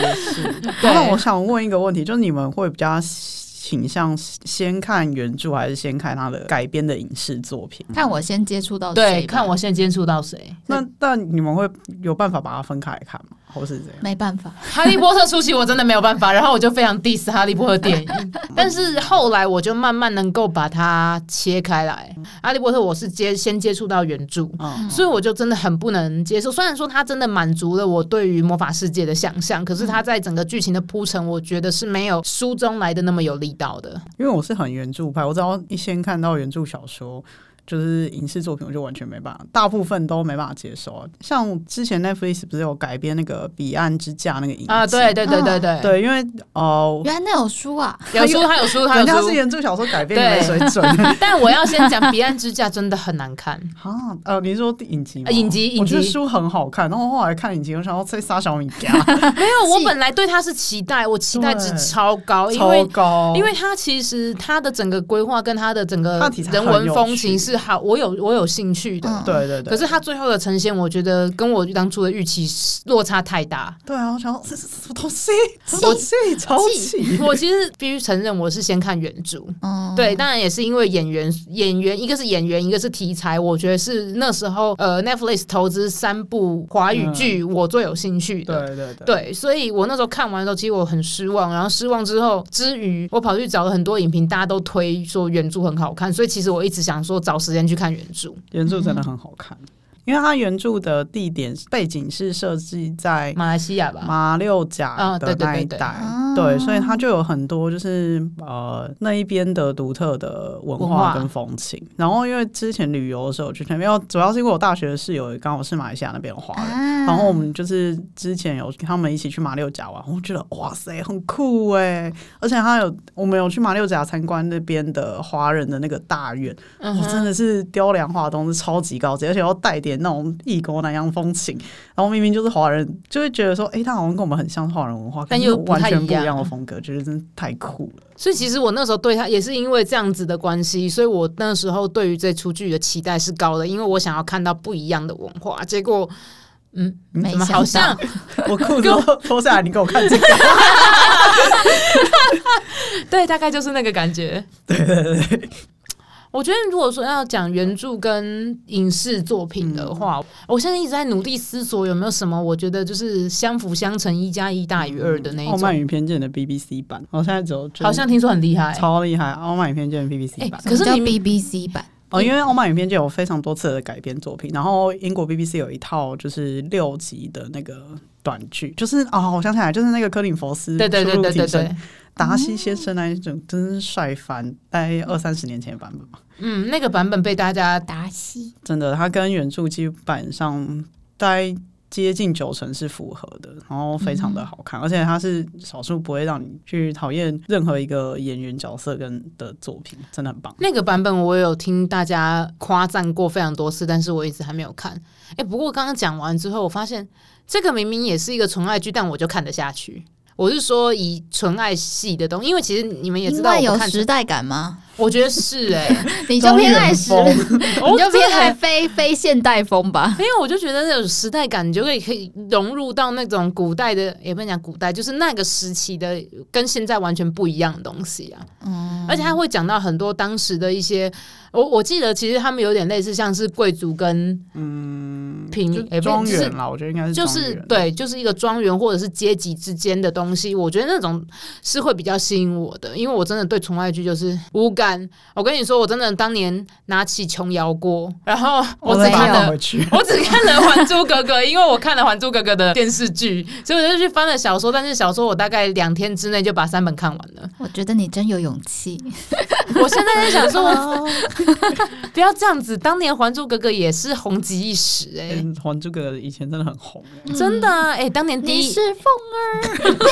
Speaker 3: 也是。
Speaker 1: 对哦
Speaker 3: 那我想问一个问题，就是你们会比较喜倾向先看原著还是先看他的改编的影视作品？
Speaker 2: 看我先接触到
Speaker 1: 对，
Speaker 2: 谁吧
Speaker 1: 看我现在接触到谁。
Speaker 3: 那那你们会有办法把它分开来看吗？或是怎样？
Speaker 2: 没办法，
Speaker 1: 哈利波特初期我真的没有办法，然后我就非常 diss 哈利波特电 影，但是后来我就慢慢能够把它切开来。哈利波特我是接先接触到原著。
Speaker 3: 嗯，
Speaker 1: 所以我就真的很不能接受，虽然说它真的满足了我对于魔法世界的想象，可是它在整个剧情的铺陈，我觉得是没有书中来的那么有力道的。
Speaker 3: 因为我是很原著派，我只要一先看到原著小说。就是影视作品，我就完全没办法，大部分都没办法接受啊。像之前 Netflix 不是有改编那个《彼岸之价》那个影集
Speaker 1: 啊，对对对对 对，
Speaker 2: 嗯
Speaker 3: 对，因为哦，
Speaker 2: 原来那有书啊，
Speaker 1: 有书他有书他有
Speaker 3: 人家是
Speaker 1: 书，
Speaker 3: 原著小说改编，
Speaker 1: 对
Speaker 3: 没水准
Speaker 1: 但我要先讲《彼岸之架》真的很难看，
Speaker 3: 啊。呃，你是说影集
Speaker 1: 啊
Speaker 3: 吗？
Speaker 1: 影集影集
Speaker 3: 我觉得书很好看，然后后来看影集，我想要再杀小米家，
Speaker 1: 没有，我
Speaker 2: 是
Speaker 1: 本来对他是期待，我期待值
Speaker 3: 对
Speaker 1: 超高，因
Speaker 3: 超
Speaker 1: 为。
Speaker 3: 高，
Speaker 1: 因为他其实他的整个规划跟他的整
Speaker 3: 它
Speaker 1: 个
Speaker 3: 题材
Speaker 1: 人
Speaker 3: 很
Speaker 1: 文
Speaker 3: 有
Speaker 1: 风
Speaker 3: 趣
Speaker 1: 情是好，我有我有兴趣的。
Speaker 2: 嗯
Speaker 3: 对对对，
Speaker 1: 可是他最后的呈现，我觉得跟我当初的预期是落差太 大。
Speaker 3: 对啊，我想要这是什么东西？什么东西？超气！
Speaker 1: 我其实必须承认，我是先看原著。
Speaker 2: 嗯，
Speaker 1: 对，当然也是因为演员，演员一个是演员，一个是题材，我觉得是那时候呃 Netflix 投资三部华语剧，我最有兴趣的。
Speaker 3: 嗯对对对，
Speaker 1: 对，所以我那时候看完的时候，其实我很失望。然后失望之后，之余我跑去找了很多影评，大家都推说原著很好看，所以其实我一直想说找时间去看原著。
Speaker 2: 嗯
Speaker 3: 原著真的很好看，因为它原著的地点背景是设计在
Speaker 1: 马来西亚吧，
Speaker 3: 马六甲
Speaker 1: 啊对
Speaker 3: 的
Speaker 1: 对
Speaker 3: 那一
Speaker 1: 对对
Speaker 3: 带，
Speaker 2: 啊
Speaker 3: 对，所以它就有很多就是呃那一边的独特的文
Speaker 1: 文化
Speaker 3: 化跟风情。然后因为之前旅游的时候去那边，要主要是因为我大学的室友刚好是马来西亚那边的华人。
Speaker 1: 哦
Speaker 2: 啊，
Speaker 3: 然后我们就是之前有跟他们一起去马六甲玩，我觉得哇塞很酷哎！而且他有我们有去马六甲参观那边的华人的那个大院，
Speaker 1: 嗯
Speaker 3: 哇，
Speaker 1: 哼，
Speaker 3: 真的是雕梁画栋，是超级高级，而且要带点那种异国南洋风情。然后明明就是华人，就会觉得说，诶，他好像跟我们很像是华人文化，
Speaker 1: 但
Speaker 3: 可是
Speaker 1: 又不
Speaker 3: 完
Speaker 1: 太
Speaker 3: 全
Speaker 1: 一
Speaker 3: 不一
Speaker 1: 样
Speaker 3: 样的风格，觉得真的太酷 了。
Speaker 1: 所以其实我那时候对他也是因为这样子的关系，所以我那时候对于这出剧的期待是高的，因为我想要看到不一样的文化。结果，嗯，
Speaker 2: 没
Speaker 1: 怎么
Speaker 2: 想到
Speaker 1: 好像
Speaker 3: 我裤子都脱下来，你给我看这个，
Speaker 1: 对，大概就是那个感觉。
Speaker 3: 对对对对，
Speaker 1: 我觉得如果说要讲原著跟影视作品的话，我现在一直在努力思索有没有什么我觉得就是相辅相成，一加一 大于二的那一
Speaker 3: 傲哦慢
Speaker 1: 种。
Speaker 3: 与偏见》的 BBC 版，我现在只有就是
Speaker 1: 好像听说很厉害，
Speaker 3: 超厉害，《傲慢与偏见》的 BBC
Speaker 1: 哎
Speaker 3: 版。
Speaker 1: 可是
Speaker 2: 什么
Speaker 1: 你
Speaker 2: 叫 BBC 版，
Speaker 3: 哦，因为《傲慢与偏见》有非常多次的改编作品，然后英国 BBC 有一套就是六集的那个短剧，就是哦，我想起来，就是那个科林佛斯
Speaker 1: 对对对
Speaker 3: 出入
Speaker 1: 对对
Speaker 3: 挺身
Speaker 1: 对，
Speaker 3: 达西先生那一种真是帅翻，大概二三十年前的版本吧。
Speaker 1: 嗯，那个版本被大家
Speaker 2: 达西，
Speaker 3: 真的，它跟原著基本上大概接近九成是符合的，然后非常的好看，而且它是少数不会让你去讨厌任何一个演员角色跟的作品，真的很棒。
Speaker 1: 那个版本我有听大家夸赞过非常多次，但是我一直还没有看。哎、不过刚刚讲完之后，我发现这个明明也是一个纯爱剧，但我就看得下去。我是说以纯爱系的东西，因为其实你们也知
Speaker 2: 因
Speaker 1: 道
Speaker 2: 为
Speaker 1: 我
Speaker 2: 有
Speaker 1: 看，
Speaker 2: 时代感吗？
Speaker 1: 我觉得是哎、
Speaker 2: 你就偏爱时，
Speaker 3: 中原
Speaker 2: 你
Speaker 3: 风
Speaker 2: 就偏爱
Speaker 1: 哦
Speaker 2: 非非现代风吧。
Speaker 1: 没有，我就觉得那种时代感，你就可以可以融入到那种古代的，也不能讲古代，就是那个时期的跟现在完全不一样的东西啊。
Speaker 2: 嗯，
Speaker 1: 而且他会讲到很多当时的一些，我我记得其实他们有点类似像是贵族跟嗯平
Speaker 3: 就
Speaker 1: 诶不
Speaker 3: 庄
Speaker 1: 是
Speaker 3: 园啦，我觉得应该是
Speaker 1: 就
Speaker 3: 庄
Speaker 1: 是
Speaker 3: 园，
Speaker 1: 对，就是一个庄园或者是阶级之间的东西，我觉得那种是会比较吸引我的，因为我真的对纯爱剧就是无感。我跟你说，我真的当年拿起琼瑶锅，然后我只
Speaker 3: 再
Speaker 1: 看
Speaker 3: 放
Speaker 1: 了
Speaker 3: 回去。
Speaker 1: 我只看了《还珠格格》，因为我看了《还珠格格》的电视剧，所以我就去翻了小说。但是小说我大概两天之内就把三本看完了。
Speaker 2: 我觉得你真有勇气，
Speaker 1: 我现在在想说，我 不要这样子。当年《还珠格格》也是红极一时、哎、
Speaker 3: 嗯《还珠格格》以前真的很红，
Speaker 1: 真的啊，哎、当年第
Speaker 2: 嗯你
Speaker 1: 一，
Speaker 2: 是凤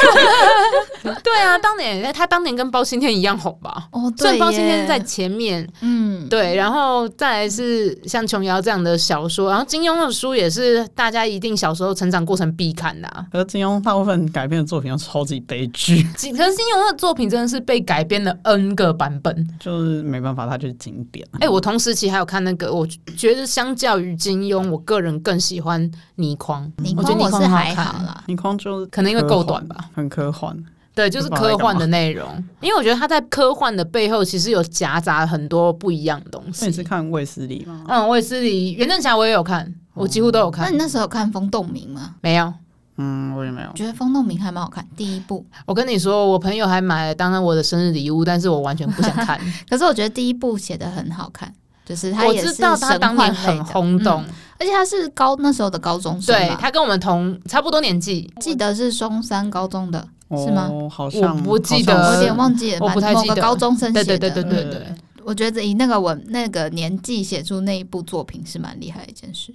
Speaker 1: 对啊，当年他当年跟包青天一样红吧？
Speaker 2: 哦，
Speaker 1: 虽然
Speaker 2: 对
Speaker 1: 包青天
Speaker 2: 耶
Speaker 1: 是在前面，
Speaker 2: 嗯，
Speaker 1: 对，然后再来是像琼瑶这样的小说，然后金庸的书也是大家一定小时候成长过程必看的、啊。
Speaker 3: 可是金庸大部分改编的作品都超级悲剧，
Speaker 1: 金可是金庸的作品真的是被改编了 N 个版本。
Speaker 3: 就是没办法，它就是经典。
Speaker 1: 哎、我同时期还有看那个，我觉得相较于金庸，我个人更喜欢倪匡。
Speaker 2: 你
Speaker 1: 我觉得
Speaker 2: 我
Speaker 1: 倪匡
Speaker 2: 是
Speaker 1: 很
Speaker 2: 还
Speaker 1: 看
Speaker 2: 好啦，
Speaker 3: 倪匡就是
Speaker 1: 可能因为够
Speaker 3: 科幻
Speaker 1: 短吧。
Speaker 3: 很科幻，
Speaker 1: 对，就是
Speaker 3: 不知道在
Speaker 1: 科
Speaker 3: 干嘛
Speaker 1: 幻的内容，因为我觉得它在科幻的背后其实有夹杂很多不一样的东
Speaker 3: 那你是
Speaker 1: 西。
Speaker 3: 看卫斯理吗？
Speaker 1: 嗯，卫斯理、袁振霞我也有看，我几乎都有
Speaker 2: 那
Speaker 1: 看
Speaker 2: 你。那时候有看《风洞明》吗？
Speaker 1: 没有，
Speaker 3: 嗯，我也没有
Speaker 2: 我。觉得《风洞明》还蛮好看，第一部。
Speaker 1: 我跟你说，我朋友还买了当我的生日礼物，但是我完全不想看。
Speaker 2: 可是我觉得第一部写的很好看，就是它
Speaker 1: 我
Speaker 2: 也是
Speaker 1: 知道他
Speaker 2: 神
Speaker 1: 当
Speaker 2: 幻
Speaker 1: 年
Speaker 2: 类
Speaker 1: 很
Speaker 2: 的
Speaker 1: 轰动，
Speaker 2: 嗯而且他是高那时候的高中生
Speaker 1: 对
Speaker 2: 吧，
Speaker 1: 他跟我们同差不多年纪，
Speaker 2: 记得是松山高中的，是吗
Speaker 3: 哦，好像
Speaker 1: 我不记得
Speaker 3: 好像
Speaker 2: 我
Speaker 3: 是
Speaker 2: 有点忘记了，
Speaker 1: 我不太
Speaker 2: 反某
Speaker 1: 记
Speaker 2: 个
Speaker 1: 得
Speaker 2: 高中生写
Speaker 1: 对
Speaker 2: 的。
Speaker 1: 对对对对
Speaker 3: 嗯
Speaker 1: 对。
Speaker 2: 我觉得以那个我那个年纪写出那一部作品是蛮厉害的一件事。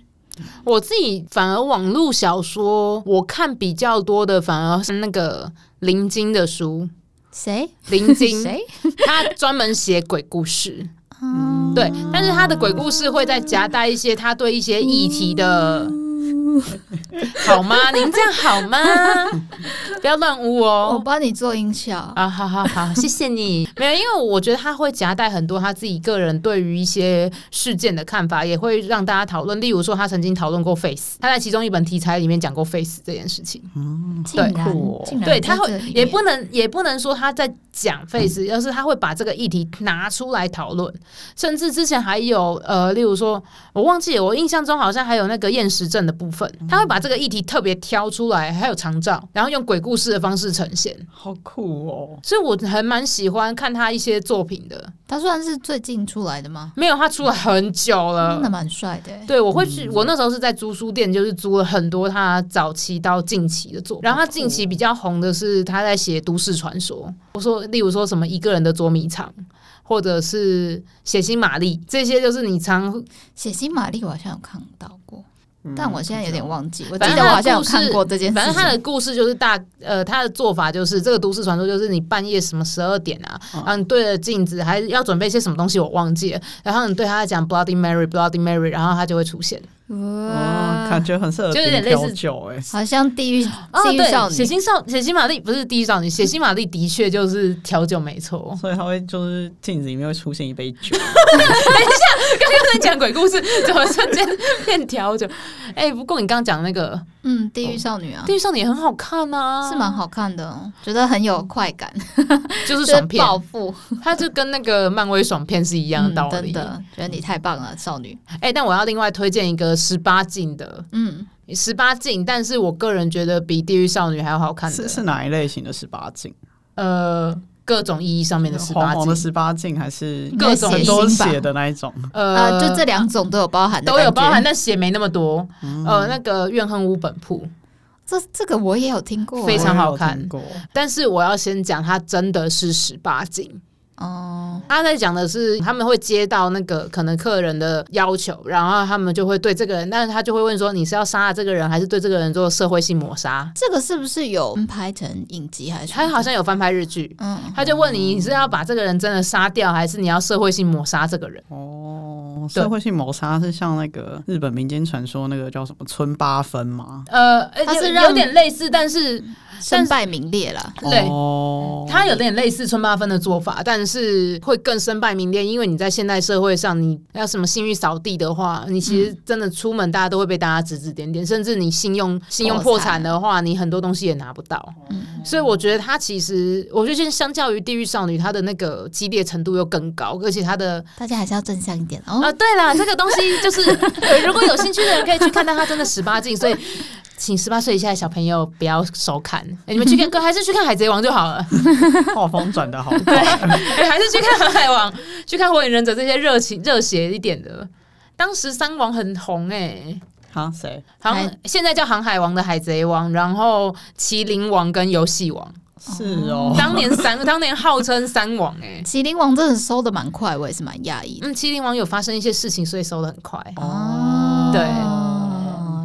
Speaker 1: 我自己反而网络小说，我看比较多的反而是那个林晶的书，
Speaker 2: 谁？
Speaker 1: 林晶
Speaker 2: 谁？
Speaker 1: 他专门写鬼故事，
Speaker 2: 嗯，
Speaker 1: 对，但是他的鬼故事会再夹带一些他对一些议题的。好吗？您这样好吗？不要乱污哦！
Speaker 2: 我帮你做音效。
Speaker 1: 啊，好好好，谢谢你。没有，因为我觉得他会夹带很多他自己个人对于一些事件的看法，也会让大家讨论。例如说，他曾经讨论过 face，他在其中一本题材里面讲过 face 这件事情。
Speaker 2: 竟然，
Speaker 3: 好酷哦
Speaker 2: 竟
Speaker 1: 嗯
Speaker 2: 然
Speaker 1: 对，
Speaker 2: 在
Speaker 1: 他会
Speaker 2: 这里
Speaker 1: 也
Speaker 2: 面
Speaker 1: 不能也不能说他在讲 face，、而是他会把这个议题拿出来讨论。甚至之前还有呃，例如说，我忘记了，我印象中好像还有那个厌食症的部分，他会把这个议题特别挑出来，还有长照，然后用鬼故事的方式呈现。
Speaker 3: 好酷哦。
Speaker 1: 所以我还蛮喜欢看他一些作品的。
Speaker 2: 他算是最近出来的吗？
Speaker 1: 没有，他出了很久
Speaker 2: 真的
Speaker 1: 了。
Speaker 2: 蛮帅的欸。
Speaker 1: 对，我会去。我那时候是在租书店，就是租了很多他早期到近期的作品。然后他近期比较红的是他在写都市传说，我说，例如说什么一个人的捉迷藏，或者是血腥玛丽，这些就是你常
Speaker 2: 血腥玛丽我好像有看到过，
Speaker 3: 嗯
Speaker 2: 但我现在有点忘记，我
Speaker 1: 反
Speaker 2: 记
Speaker 1: 正
Speaker 2: 得我
Speaker 1: 他的
Speaker 2: 好像有
Speaker 1: 故事
Speaker 2: 看过这件事
Speaker 1: 反正
Speaker 2: 情
Speaker 1: 他。的故事就是大，呃，他的做法就是这个都市传说，就是你半夜什么十二点啊，然后你对着镜子，还要准备些什么东西，我忘记了。然后你对他讲 Bloody Mary，Bloody Mary，然后他就会出现。
Speaker 3: 哇，
Speaker 2: 哇
Speaker 3: 哦感，觉很适合
Speaker 1: 啊就有点
Speaker 3: 冰
Speaker 1: 类似
Speaker 3: 调酒哎。
Speaker 2: 好像地狱地狱少
Speaker 1: 哦啊对，血
Speaker 2: 女，
Speaker 1: 腥少血腥玛丽不是地狱少女，血腥玛丽的确就是调酒没 错。
Speaker 3: 所以它会就是镜子里面会出现一杯 酒，
Speaker 1: 刚刚在讲鬼故事，怎么瞬间变调酒？ 哎、不过你刚刚讲那个
Speaker 2: 嗯，地狱少女啊
Speaker 1: 地。狱少女也很好看啊，
Speaker 2: 是蛮？好看的哦，觉得很有快感，
Speaker 1: 嗯就是
Speaker 2: 就是
Speaker 1: 爽片，
Speaker 2: 暴富，
Speaker 1: 它就跟那个漫威爽片是一样的
Speaker 2: 嗯，
Speaker 1: 道理。
Speaker 2: 真的觉得你太棒了，少女。
Speaker 1: 哎、但我要另外推荐一个十八禁的，
Speaker 2: 嗯，
Speaker 1: 十八禁，但是我个人觉得比《地狱少女》还要好看
Speaker 3: 是
Speaker 1: 的，
Speaker 3: 是哪一类型的十八禁？
Speaker 1: 呃，各种意义上面的十
Speaker 3: 黄
Speaker 1: 八
Speaker 3: 黄
Speaker 1: 禁
Speaker 3: 的，十八禁还是
Speaker 1: 各种
Speaker 3: 很
Speaker 2: 血
Speaker 3: 多
Speaker 2: 腥吧
Speaker 3: 血的那一种？
Speaker 2: 啊，
Speaker 1: 呃，
Speaker 2: 就这两种都有包含的，
Speaker 1: 都有包含，。但血没那么多。
Speaker 2: 嗯
Speaker 1: 呃，那个《怨恨屋本铺》，
Speaker 2: 这这个我也有听 过，
Speaker 1: 非常好看
Speaker 3: 我也有听过
Speaker 1: 但是我要先讲，它真的是十八禁。
Speaker 2: 哦，
Speaker 1: 他在讲的是，他们会接到那个可能客人的要求，然后他们就会对这个人，但是他就会问说，你是要杀了这个人，还是对这个人做社会性抹杀？
Speaker 2: 这个是不是有拍成影集还是什么
Speaker 1: 他
Speaker 2: 的？
Speaker 1: 好像有翻拍日剧，
Speaker 2: 嗯，
Speaker 1: 他就问你，你是要把这个人真的杀掉，还是你要社会性抹杀这个人？
Speaker 3: 哦，
Speaker 1: 对
Speaker 3: 社会性谋杀是像那个日本民间传说那个叫什么村八分吗？
Speaker 1: 呃，呃
Speaker 2: 他是
Speaker 1: 有
Speaker 2: 让
Speaker 1: 有点类似，但是但
Speaker 2: 身
Speaker 1: 是
Speaker 2: 败名裂了。
Speaker 1: 对
Speaker 3: 哦，
Speaker 1: 他有点类似春八分的做法，但是会更身败名裂，因为你在现代社会上，你要什么信誉扫地的话，你其实真的出门大家都会被大家指指点点，甚至你信用信用破产的话，你很多东西也拿不到。所以我觉得他其实，我觉得相较于《地狱少女》，他的那个激烈程度又更高，而且他的
Speaker 2: 大家还是要正向一点
Speaker 1: 啊、
Speaker 2: 哦。
Speaker 1: 对了，这个东西就是呃如果有兴趣的人可以去看，但它真的十八禁，所以请十八岁以下的小朋友不要收看。哎你们去看，还是去看《海贼王》就好了，
Speaker 3: 画风转的好 快，
Speaker 1: 哎还是去看《航海王》、去看《火影忍者》这些热情热血一点的。当时三王很红哎、
Speaker 3: 啊谁？
Speaker 1: 航
Speaker 2: 海
Speaker 1: 现在叫航海王的海贼王，然后麒麟王跟游戏王，
Speaker 3: 是哦，
Speaker 1: 当年三当年号称三王哎、
Speaker 2: 麒麟王真的收的蛮快，我也是蛮讶异的。
Speaker 1: 嗯，麒麟王有发生一些事情，所以收的很快。
Speaker 2: 哦
Speaker 1: 嗯对
Speaker 2: 哦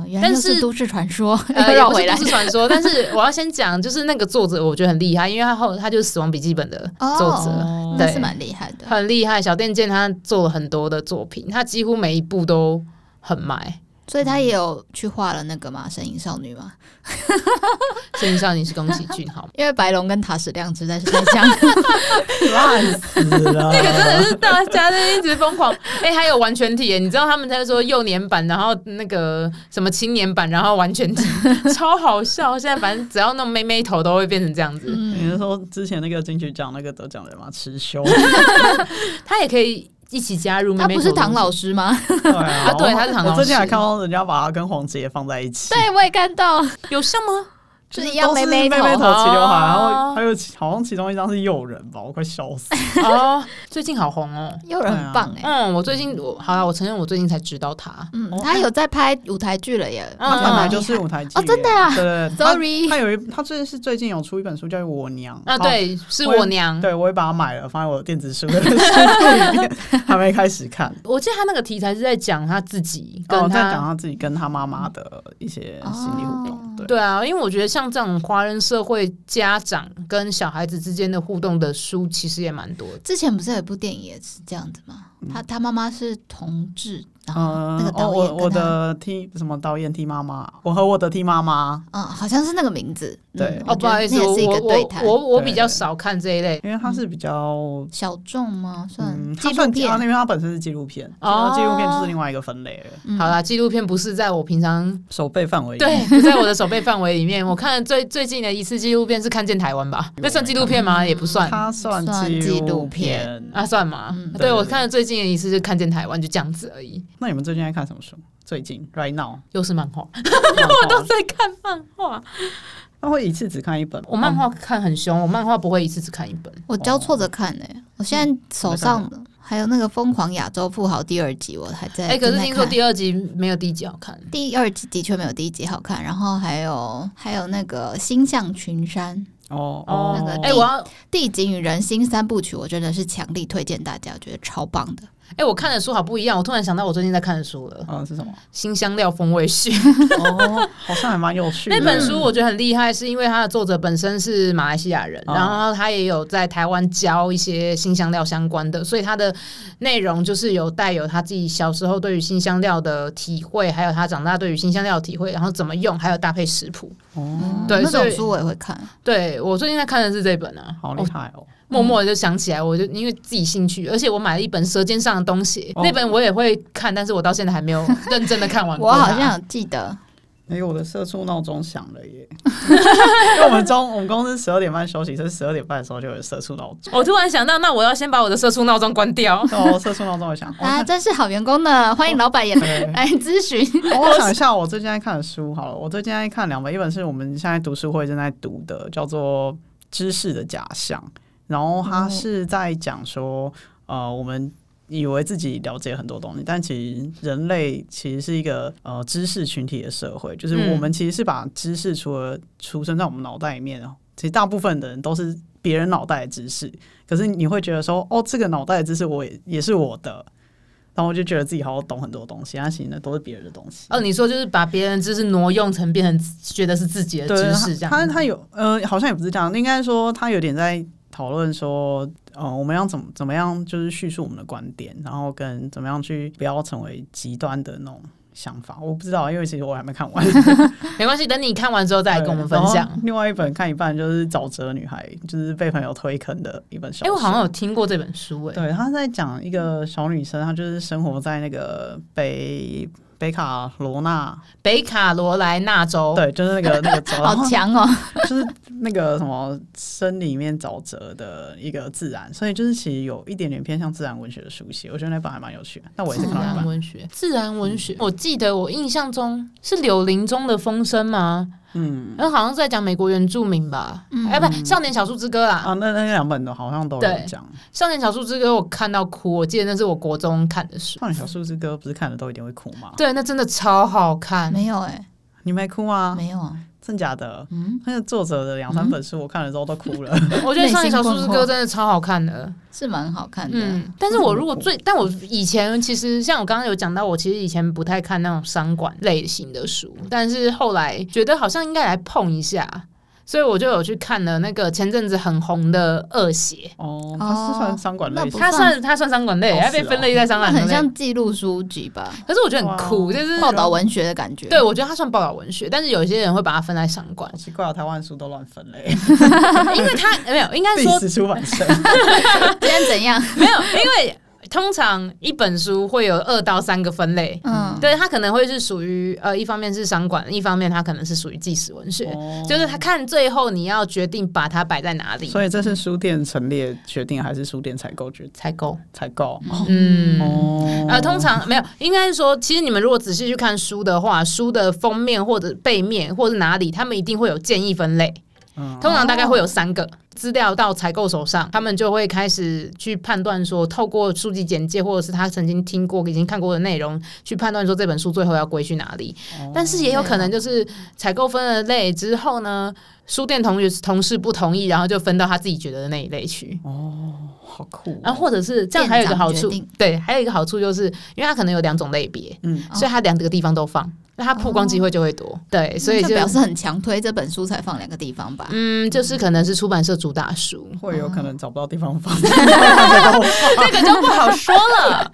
Speaker 2: 原来
Speaker 1: 但
Speaker 2: 又
Speaker 1: 是
Speaker 2: 是都市传说，
Speaker 1: 呃，
Speaker 2: 又
Speaker 1: 也
Speaker 2: 绕
Speaker 1: 不
Speaker 2: 回
Speaker 1: 是
Speaker 2: 来
Speaker 1: 都市传说，但是我要先讲，就是那个作者我觉得很厉害，因为他后他就是《死亡笔记本》的作者，
Speaker 2: 哦那
Speaker 1: 对
Speaker 2: 是蛮厉害的。
Speaker 1: 很厉害。小店健他做了很多的作品，他几乎每一部都很卖。
Speaker 2: 所以他也
Speaker 3: 嗯
Speaker 2: 有去画了那个嘛《神隐少女》嘛，
Speaker 1: 所以少你是宫崎骏好吗？
Speaker 2: 因为白龙跟塔矢亮之在是在 讲
Speaker 3: 烂死了。
Speaker 1: 那个真的是大家都一直疯狂，哎、还有完全体耶，你知道他们在说幼年版，然后那个什么青年版，然后完全体，超好笑。现在反正只要弄妹妹头都会变成这样子，
Speaker 3: 你是说之前那个金曲奖那个得奖人嘛，持修？
Speaker 1: 他也可以一起加入妹
Speaker 2: 他
Speaker 1: 妹头。
Speaker 2: 不是唐老师 吗？
Speaker 3: 对啊
Speaker 1: 啊对他是唐老
Speaker 3: 我
Speaker 1: 师
Speaker 3: 最近还看到人家把他跟黄子也放在一起，
Speaker 2: 对，我也看到，
Speaker 1: 有像吗？
Speaker 2: 就是一样
Speaker 3: 都是
Speaker 2: 妹
Speaker 3: 妹
Speaker 2: 头。
Speaker 3: 头齐刘海，然
Speaker 1: 哦
Speaker 3: 后还有好像其中一张是诱人吧，我快笑死。
Speaker 1: 哦，最近好红哦。
Speaker 2: 又有人很棒哎、
Speaker 1: 嗯，我最近我好了，我承认我最近才知道他。
Speaker 2: 嗯
Speaker 3: 啊哦，
Speaker 2: 他有在拍舞台剧了耶，
Speaker 1: 嗯
Speaker 3: 他本来
Speaker 1: 嗯
Speaker 3: 就是嗯舞台剧
Speaker 2: 哦真的啊
Speaker 3: 对对对他
Speaker 2: Sorry
Speaker 3: 他有一他最近是最近有出一本书叫《我娘》
Speaker 1: 啊，
Speaker 3: 然后
Speaker 1: 对，是我娘。
Speaker 3: 对，我也把它买了，放在我的电子书的书里面，还没开始看。
Speaker 1: 我记得他那个题材是在讲他自己
Speaker 3: 哦
Speaker 1: 跟，
Speaker 3: 在讲
Speaker 1: 他。
Speaker 3: 他自己跟他妈妈的一些心理互动，对。
Speaker 1: 对啊，因为我觉得像这种华人社会，家长跟小孩子之间的互动的书，其实也蛮多的。
Speaker 2: 之前不是有一部电影也是这样子吗？他他妈妈是同志，然后
Speaker 3: 嗯
Speaker 2: 那个，
Speaker 3: 哦，
Speaker 2: 导演
Speaker 3: 我
Speaker 2: 跟
Speaker 3: 我
Speaker 2: 他
Speaker 3: 的 T 什么导演 T 妈妈，我和我的 T 妈妈，
Speaker 2: 嗯，好像是那个名字。
Speaker 3: 对
Speaker 2: 嗯
Speaker 1: 哦，不好意思，
Speaker 2: 我
Speaker 1: 我
Speaker 2: 觉得那也是一
Speaker 1: 我
Speaker 2: 个对谈。
Speaker 1: 我我比
Speaker 3: 对
Speaker 1: 较
Speaker 3: 对
Speaker 1: 少看这一类。
Speaker 3: 因为它是比较
Speaker 2: 小众吗？算
Speaker 3: 嗯，
Speaker 2: 纪
Speaker 3: 它
Speaker 2: 录
Speaker 3: 算啊
Speaker 2: 片。
Speaker 3: 因为它本身是纪录片，
Speaker 1: 哦
Speaker 3: 然后纪录片就是另外一个分类了，
Speaker 2: 嗯
Speaker 1: 好，啦，纪录片不是在我平常
Speaker 3: 手背范围以内
Speaker 1: 对，不在我的手背范围里面。我看最最近的一次纪录片是看见台湾吧？那算纪录片
Speaker 2: 嗯
Speaker 1: 吗？也不算
Speaker 3: 它算
Speaker 2: 算纪
Speaker 3: 纪
Speaker 2: 录
Speaker 3: 录
Speaker 2: 片
Speaker 3: 片。
Speaker 1: 啊，算吗
Speaker 2: 嗯？
Speaker 1: 对，
Speaker 3: 对
Speaker 1: 我
Speaker 3: 对
Speaker 1: 看了最近的一次是看见台湾，就这样子而已。
Speaker 3: 那你们最近在看什么书？最近 right now，
Speaker 1: 又是漫画，
Speaker 3: 我
Speaker 1: 都在看漫画。
Speaker 3: 那会一次只看一本吗，
Speaker 1: 我漫画看很凶，我漫画不会一次只看一本。
Speaker 2: 我交错着看呢、我现
Speaker 1: 嗯
Speaker 2: 在手上还有那个《疯狂亚洲富豪》第二集，我还在。
Speaker 1: 哎、可是听说
Speaker 2: 二
Speaker 1: 第二集没有第一集好看。
Speaker 2: 第二集的确没有第一集好看，然后还有还有那个《星象群山》
Speaker 3: 哦
Speaker 1: 哦
Speaker 3: 哦，
Speaker 2: 那个
Speaker 1: 哎、我要
Speaker 2: 《地景与人心》三部曲，我真的是强力推荐大家，我觉得超棒的。
Speaker 1: 哎、我看的书好不一样，我突然想到我最近在看的书了，《
Speaker 3: 嗯是什么？
Speaker 1: 新香料风味学》
Speaker 3: 哦，好像还蛮有趣的。
Speaker 1: 那
Speaker 2: 嗯
Speaker 1: 本书，我觉得很厉害，是因为它的作者本身是马来西亚人，
Speaker 3: 哦
Speaker 1: 然后他也有在台湾教一些新香料相关的，所以它的内容就是有带有他自己小时候对于新香料的体会，还有他长大对于新香料的体会，然后怎么用，还有搭配食谱。
Speaker 3: 哦，
Speaker 1: 嗯对
Speaker 2: 嗯那
Speaker 1: 所
Speaker 2: 种
Speaker 1: 以
Speaker 2: 书我也会看。
Speaker 1: 对我最近在看的是这本啊，
Speaker 3: 好
Speaker 1: 哦
Speaker 3: 厉害哦！
Speaker 1: 默默的就想起来，我就因为自己兴趣，而且我买了一本《舌尖上的东西》，
Speaker 3: 哦
Speaker 1: 那本我也会看，但是我到现在还没有认真的看完过
Speaker 2: 我
Speaker 1: 它。
Speaker 2: 好像有记得，
Speaker 3: 哎、我的社畜闹钟响了耶！ 因为我们中我们公司十二点半休息，所以十二点半的时候就有社畜闹钟。
Speaker 1: 我突然想到，那我要先把我的社畜闹钟关掉。
Speaker 3: 哦，社畜闹钟我想，我
Speaker 2: 啊，
Speaker 3: 看
Speaker 2: 真是好员工
Speaker 1: 哦
Speaker 2: 呢，欢迎 老板也
Speaker 3: 对
Speaker 2: 来咨询。
Speaker 3: 哦 我想一下，我最近在看的书好了，我最近在看两本，一本是我们现在读书会正在读的，叫做《知识的假象》，然后它是在讲说，呃，我们。以为自己了解很多东西，但其实人类其实是一个呃知识群体的社会，就是
Speaker 1: 嗯
Speaker 3: 我们其实是把知识除了出生在我们脑袋里面哦，其实大部分的人都是别人脑袋的知识，可是你会觉得说，哦，这个脑袋的知识我也也是我的，然后我就觉得自己好像懂很多东西，但啊其实呢都是别人的东西。
Speaker 1: 哦，你说就是把别人知识挪用成变成自觉得是自己的
Speaker 3: 对
Speaker 1: 知识这样
Speaker 3: 他
Speaker 1: 子。
Speaker 3: 他有呃，好像也不是这样，应该说他有点在讨论说，呃，我们要怎么怎么样，就是叙述我们的观点，然后跟怎么样去不要成为极端的那种想法。我不知道，因为其实我还没 看完，
Speaker 1: 没关系，等你看完之后再来跟我们分
Speaker 3: 对然
Speaker 1: 享
Speaker 3: 后。另外一本看一半就是《沼泽女孩》，就是被朋友推坑的一本小
Speaker 1: 哎、
Speaker 3: 说。
Speaker 1: 我好像有听过这本书、哎，
Speaker 3: 对，他在讲一个小女生，她就是生活在那个北北卡罗纳，
Speaker 1: 北卡罗来纳州。
Speaker 3: 对，就是那个那个州，然后
Speaker 2: 哦 好强哦！
Speaker 3: 就是那个什么生里面沼泽的一个自然，所以就是其实有一点点偏向自然文学的书写，我觉得那本还蛮有趣的。那我也是
Speaker 1: 自
Speaker 3: 看到
Speaker 1: 然
Speaker 2: 嗯
Speaker 3: 一半，
Speaker 1: 文学， 自然文学，我记得我印象中是柳林中的风声吗？
Speaker 3: 嗯
Speaker 1: 然后好像是在讲美国原住民吧，哎、不，《少年小树之歌》啦，
Speaker 3: 啊，那那两本都好像都有
Speaker 1: 对
Speaker 3: 讲。
Speaker 1: 少年小树之歌》我看到哭，我记得那是我国中看的书。
Speaker 3: 少女小树之歌不是看了都一定会哭吗？
Speaker 1: 对，那真的超好看。
Speaker 2: 没有哎、
Speaker 3: 你没哭吗？
Speaker 2: 没有啊，
Speaker 3: 真假的？
Speaker 2: 嗯，
Speaker 3: 那个作者的两三本书我看了之后都哭了。
Speaker 1: 我觉得《少年小树之
Speaker 2: 内心
Speaker 1: 歌
Speaker 2: 困》惑
Speaker 1: 真的超好看的。
Speaker 2: 是蛮好看的。
Speaker 1: 嗯，但是我如果最，但我以前其实像我刚刚有讲到，我其实以前不太看那种商管类型的书，但是后来觉得好像应该来碰一下。所以我就有去看了那个前阵子很红的《恶血
Speaker 3: 哦，它是算商管类
Speaker 2: 嗯不
Speaker 3: 型，》，
Speaker 1: 它
Speaker 2: 算
Speaker 1: 算它算商管类，
Speaker 3: 哦
Speaker 1: 它被
Speaker 3: 是哦
Speaker 1: 分类在商
Speaker 2: 那
Speaker 1: 管
Speaker 2: 很
Speaker 1: 类。
Speaker 2: 像记录书籍吧，
Speaker 1: 可是我觉得很酷，
Speaker 3: 哇
Speaker 1: 就是
Speaker 2: 报道文学的感觉。
Speaker 1: 对，我觉得它算报道文学，但是有些人会把它分在商管
Speaker 3: 好，奇怪哦，台湾的书都乱分类，
Speaker 1: 因为它没有，应该
Speaker 3: 必
Speaker 1: 说
Speaker 3: 死出版 社。
Speaker 2: 今天怎 样？
Speaker 1: 没有，因为通常一本书会有二到三个分类，
Speaker 2: 嗯，
Speaker 1: 对，它可能会是属于呃，一方面是商管，一方面它可能是属于纪实文学，
Speaker 3: 哦
Speaker 1: 就是它看最后你要决定把它摆在哪里
Speaker 3: 所以这是书店陈列决定，还是书店采购决
Speaker 1: 才够。
Speaker 3: 采购？
Speaker 1: 嗯。
Speaker 3: 哦，
Speaker 1: 呃，通常没有，应该是说，其实你们如果仔细去看书的话，书的封面或者背面或者哪里，他们一定会有建议分类，
Speaker 3: 嗯
Speaker 1: 通常大概会有三个资料到采购手上，他们就会开始去判断说，透过书籍简介或者是他曾经听过、已经看过的内容，去判断说这本书最后要归去哪里。
Speaker 3: 哦
Speaker 1: 但是也有可能就是采购分了类之后呢，书店同学同事不同意，然后就分到他自己觉得的那一类去。
Speaker 3: 好酷哦
Speaker 1: 然后啊或者是这样，还有一个好处
Speaker 2: 店长决定，
Speaker 1: 对，还有一个好处就是，因为它可能有两种类别，
Speaker 3: 嗯
Speaker 2: 哦
Speaker 1: 所以它两个地方都放，那它曝光机会就会多，对，所以
Speaker 2: 那
Speaker 1: 就
Speaker 2: 就表示很强推这本书才放两个地方吧。
Speaker 1: 嗯，就是可能是出版社主打 书，
Speaker 3: 会有可能找不到地方放。
Speaker 1: 哦这个就不好说了。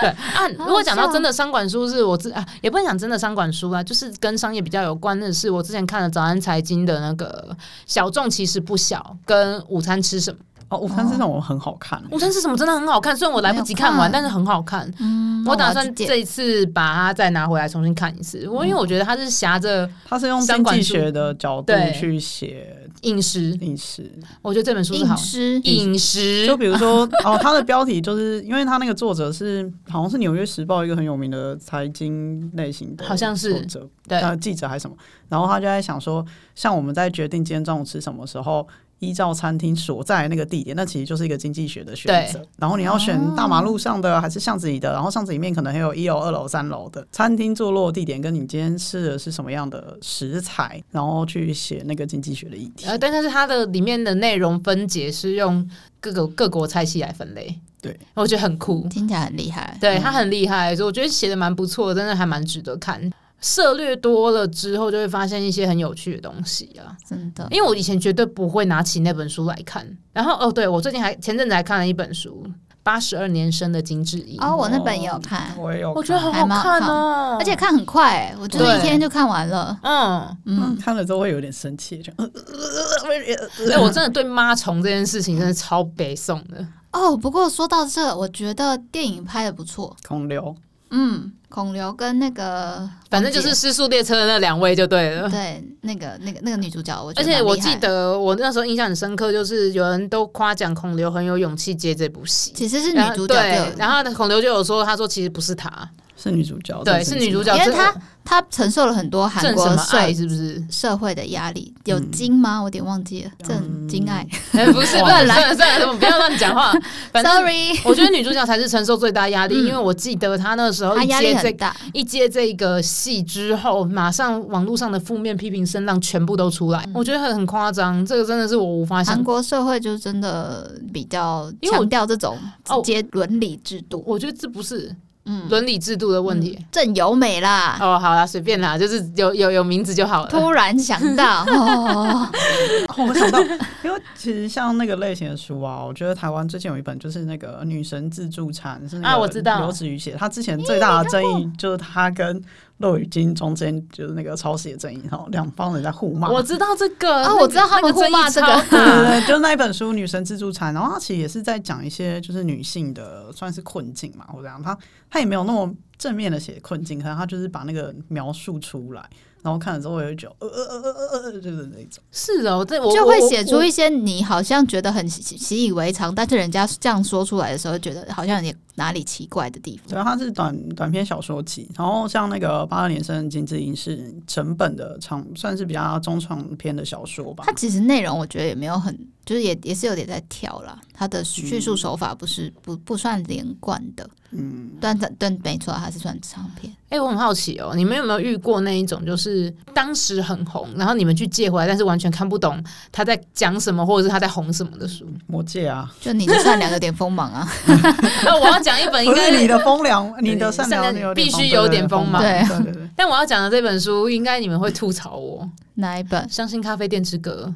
Speaker 1: 对啊，
Speaker 2: 好
Speaker 1: 如果讲到
Speaker 2: 笑
Speaker 1: 真的商管书，是我之啊，也不能讲真的商管书啦，就是跟商业比较有关的是，我之前看了早安财经的那个小众其实不小，跟午餐吃什么，
Speaker 3: 哦，午餐这种我很好看，
Speaker 1: 午餐吃什么真的很好看，虽然我来不及看
Speaker 2: 没有
Speaker 1: 完，
Speaker 2: 看
Speaker 1: 但是很好看。
Speaker 2: 嗯
Speaker 1: 我打算
Speaker 2: 这
Speaker 1: 这一次把它再拿回来重新看一次，我因为我觉得它是挟着
Speaker 3: 它是用
Speaker 1: 商
Speaker 3: 经
Speaker 1: 管
Speaker 3: 济
Speaker 1: 书
Speaker 3: 学的角度
Speaker 1: 对
Speaker 3: 去写
Speaker 1: 饮食，
Speaker 3: 饮食，
Speaker 1: 我觉得这本书是好
Speaker 2: 硬吃
Speaker 1: 饮食
Speaker 3: 就比如说 哦，它的标题就是因为它那个作者是好像是《纽约时报》一个很有名的财经类型的，
Speaker 1: 好像是
Speaker 3: 作者
Speaker 1: 对
Speaker 3: 呃记者还是什么，然后他就在想说，像我们在决定今天中午吃什么时候。依照餐厅所在的那个地点，那其实就是一个经济学的选择。然后你要
Speaker 1: 哦
Speaker 3: 选大马路上的，还是巷子里的？然后巷子里面可能还有一楼、二楼、三楼的餐厅坐落地点，跟你今天吃的是什么样的食材，然后去写那个经济学的议题。
Speaker 1: 呃，但是它的里面的内容分解是用各个各国菜系来分类，
Speaker 3: 对，
Speaker 1: 我觉得很酷，
Speaker 2: 听起来很厉害。嗯
Speaker 1: 对他很厉害，所以我觉得写的蛮不错的，真的还蛮值得看。涉略多了之后，就会发现一些很有趣的东西啊！
Speaker 2: 真的，
Speaker 1: 因为我以前绝对不会拿起那本书来看，然后哦，对我最近还前阵子还看了一本书，《八十二年生的金智英》
Speaker 2: 哦，我那本也有看，
Speaker 3: 我也有看，
Speaker 1: 我觉得好
Speaker 2: 还蛮好
Speaker 1: 看
Speaker 2: 看啊
Speaker 1: 哦，
Speaker 2: 而且看很快、欸，我觉得
Speaker 1: 对
Speaker 2: 一天就看完了。
Speaker 1: 嗯，
Speaker 2: 嗯，
Speaker 3: 看了之后会有点生气，就呃
Speaker 1: 哎，我真的对妈虫这件事情真的超北宋的，
Speaker 2: 哦，不过说到这，我觉得电影拍的不错。
Speaker 3: 空流。
Speaker 2: 嗯，孔刘跟那个，
Speaker 1: 反正就是《失速列车》的那两位就对
Speaker 2: 呃
Speaker 1: 了。
Speaker 2: 对那个那个那个女主角，我觉
Speaker 1: 而
Speaker 2: 得蛮
Speaker 1: 且
Speaker 2: 厉
Speaker 1: 我
Speaker 2: 害
Speaker 1: 记得我那时候印象很深刻，就是有人都夸奖孔刘很有勇气接这部戏，
Speaker 2: 其实是女
Speaker 1: 然后
Speaker 2: 主角
Speaker 1: 对，
Speaker 2: 就有，
Speaker 1: 然后孔刘就有说，他说其实不是他，
Speaker 3: 哦是女主角，
Speaker 1: 对，是女主角，
Speaker 2: 因为她她承受了很多
Speaker 1: 郑
Speaker 2: 韩
Speaker 1: 郑什
Speaker 2: 国
Speaker 1: 么爱
Speaker 2: 社
Speaker 1: 是不 是？
Speaker 2: 社会的压力，有
Speaker 1: 嗯
Speaker 2: 金吗？我有点忘记了，正 金爱
Speaker 1: 哎，不是，不
Speaker 2: 哇
Speaker 1: 是，算了算了，不要乱讲话。反正
Speaker 2: ，sorry，
Speaker 1: 我觉得女主角才是承受最大压力，
Speaker 2: 嗯
Speaker 1: 因为我记得她那时候
Speaker 2: 她
Speaker 1: 一
Speaker 2: 压力
Speaker 1: 接这
Speaker 2: 很大，
Speaker 1: 一接这个戏之后，马上网络上的负面批评声浪全部都出来，我觉得很很夸张，这个真的是我无法想
Speaker 2: 嗯韩国社会就真的比较
Speaker 1: 因为我
Speaker 2: 强调这种
Speaker 1: 哦
Speaker 2: 直接伦理制度，
Speaker 1: 我觉得这不是
Speaker 2: 嗯，
Speaker 1: 伦理制度的问题。
Speaker 2: 嗯郑由美啦，
Speaker 1: 哦，好啦，随便啦，就是有有有名字就好了。
Speaker 2: 突然想 到，哦，
Speaker 3: 我想到， 因为其实像那个类型的书啊，我觉得台湾最近有一本就是那个《女神自助餐》，是那
Speaker 1: 啊
Speaker 3: 个
Speaker 1: 我知道
Speaker 3: 刘子瑜写的。他之前最大的争议就是他跟骆雨金中间就是那个抄袭的争议，然后两方人在互骂。
Speaker 1: 我知道这个
Speaker 2: 啊
Speaker 1: 那个
Speaker 2: 我知道他们
Speaker 1: 那争议
Speaker 2: 互骂这个
Speaker 1: 超
Speaker 3: 对对
Speaker 1: 大
Speaker 3: 对，就是那一本书《女神自助餐》，然后它其实也是在讲一些就是女性的算是困境嘛，或者怎样，它它也没有那么正面的写困境，可能它就是把那个描述出来，然后看了之后我有一种呃呃呃呃呃呃，就是那种。
Speaker 1: 是哦，这我
Speaker 2: 就会
Speaker 1: 我
Speaker 2: 写出
Speaker 1: 我
Speaker 2: 一些你好像觉得很习习以为常，但是人家这样说出来的时候，觉得好像也哪里奇怪的地
Speaker 3: 对
Speaker 2: 方。
Speaker 3: 啊，它是短短篇小说集，然后像那个八二年生的金智英是整本的长，算是比较中长篇的小说吧
Speaker 2: 它。其实内容我觉得也没有很，就是也也是有点在挑啦。它的叙
Speaker 1: 嗯
Speaker 2: 述手法不是不不算连贯的，嗯，但但但没错，它是算长篇。
Speaker 1: 哎、我很好奇哦，你们有没有遇过那一种，就是当时很红，然后你们去借回来，但是完全看不懂他在讲什么，或者是他在红什么的书？
Speaker 3: 魔戒啊，
Speaker 2: 就你的善良有点锋芒啊，
Speaker 1: 哦那我要讲一本应
Speaker 3: 不
Speaker 1: 该
Speaker 3: 是你的风凉，你的善良有点
Speaker 1: 必须
Speaker 3: 风
Speaker 1: 有点锋芒
Speaker 3: 对对 对对，
Speaker 1: 但我要讲的这本书，应该你们会吐槽我，
Speaker 2: 哪一本？
Speaker 1: 《相信咖啡店之歌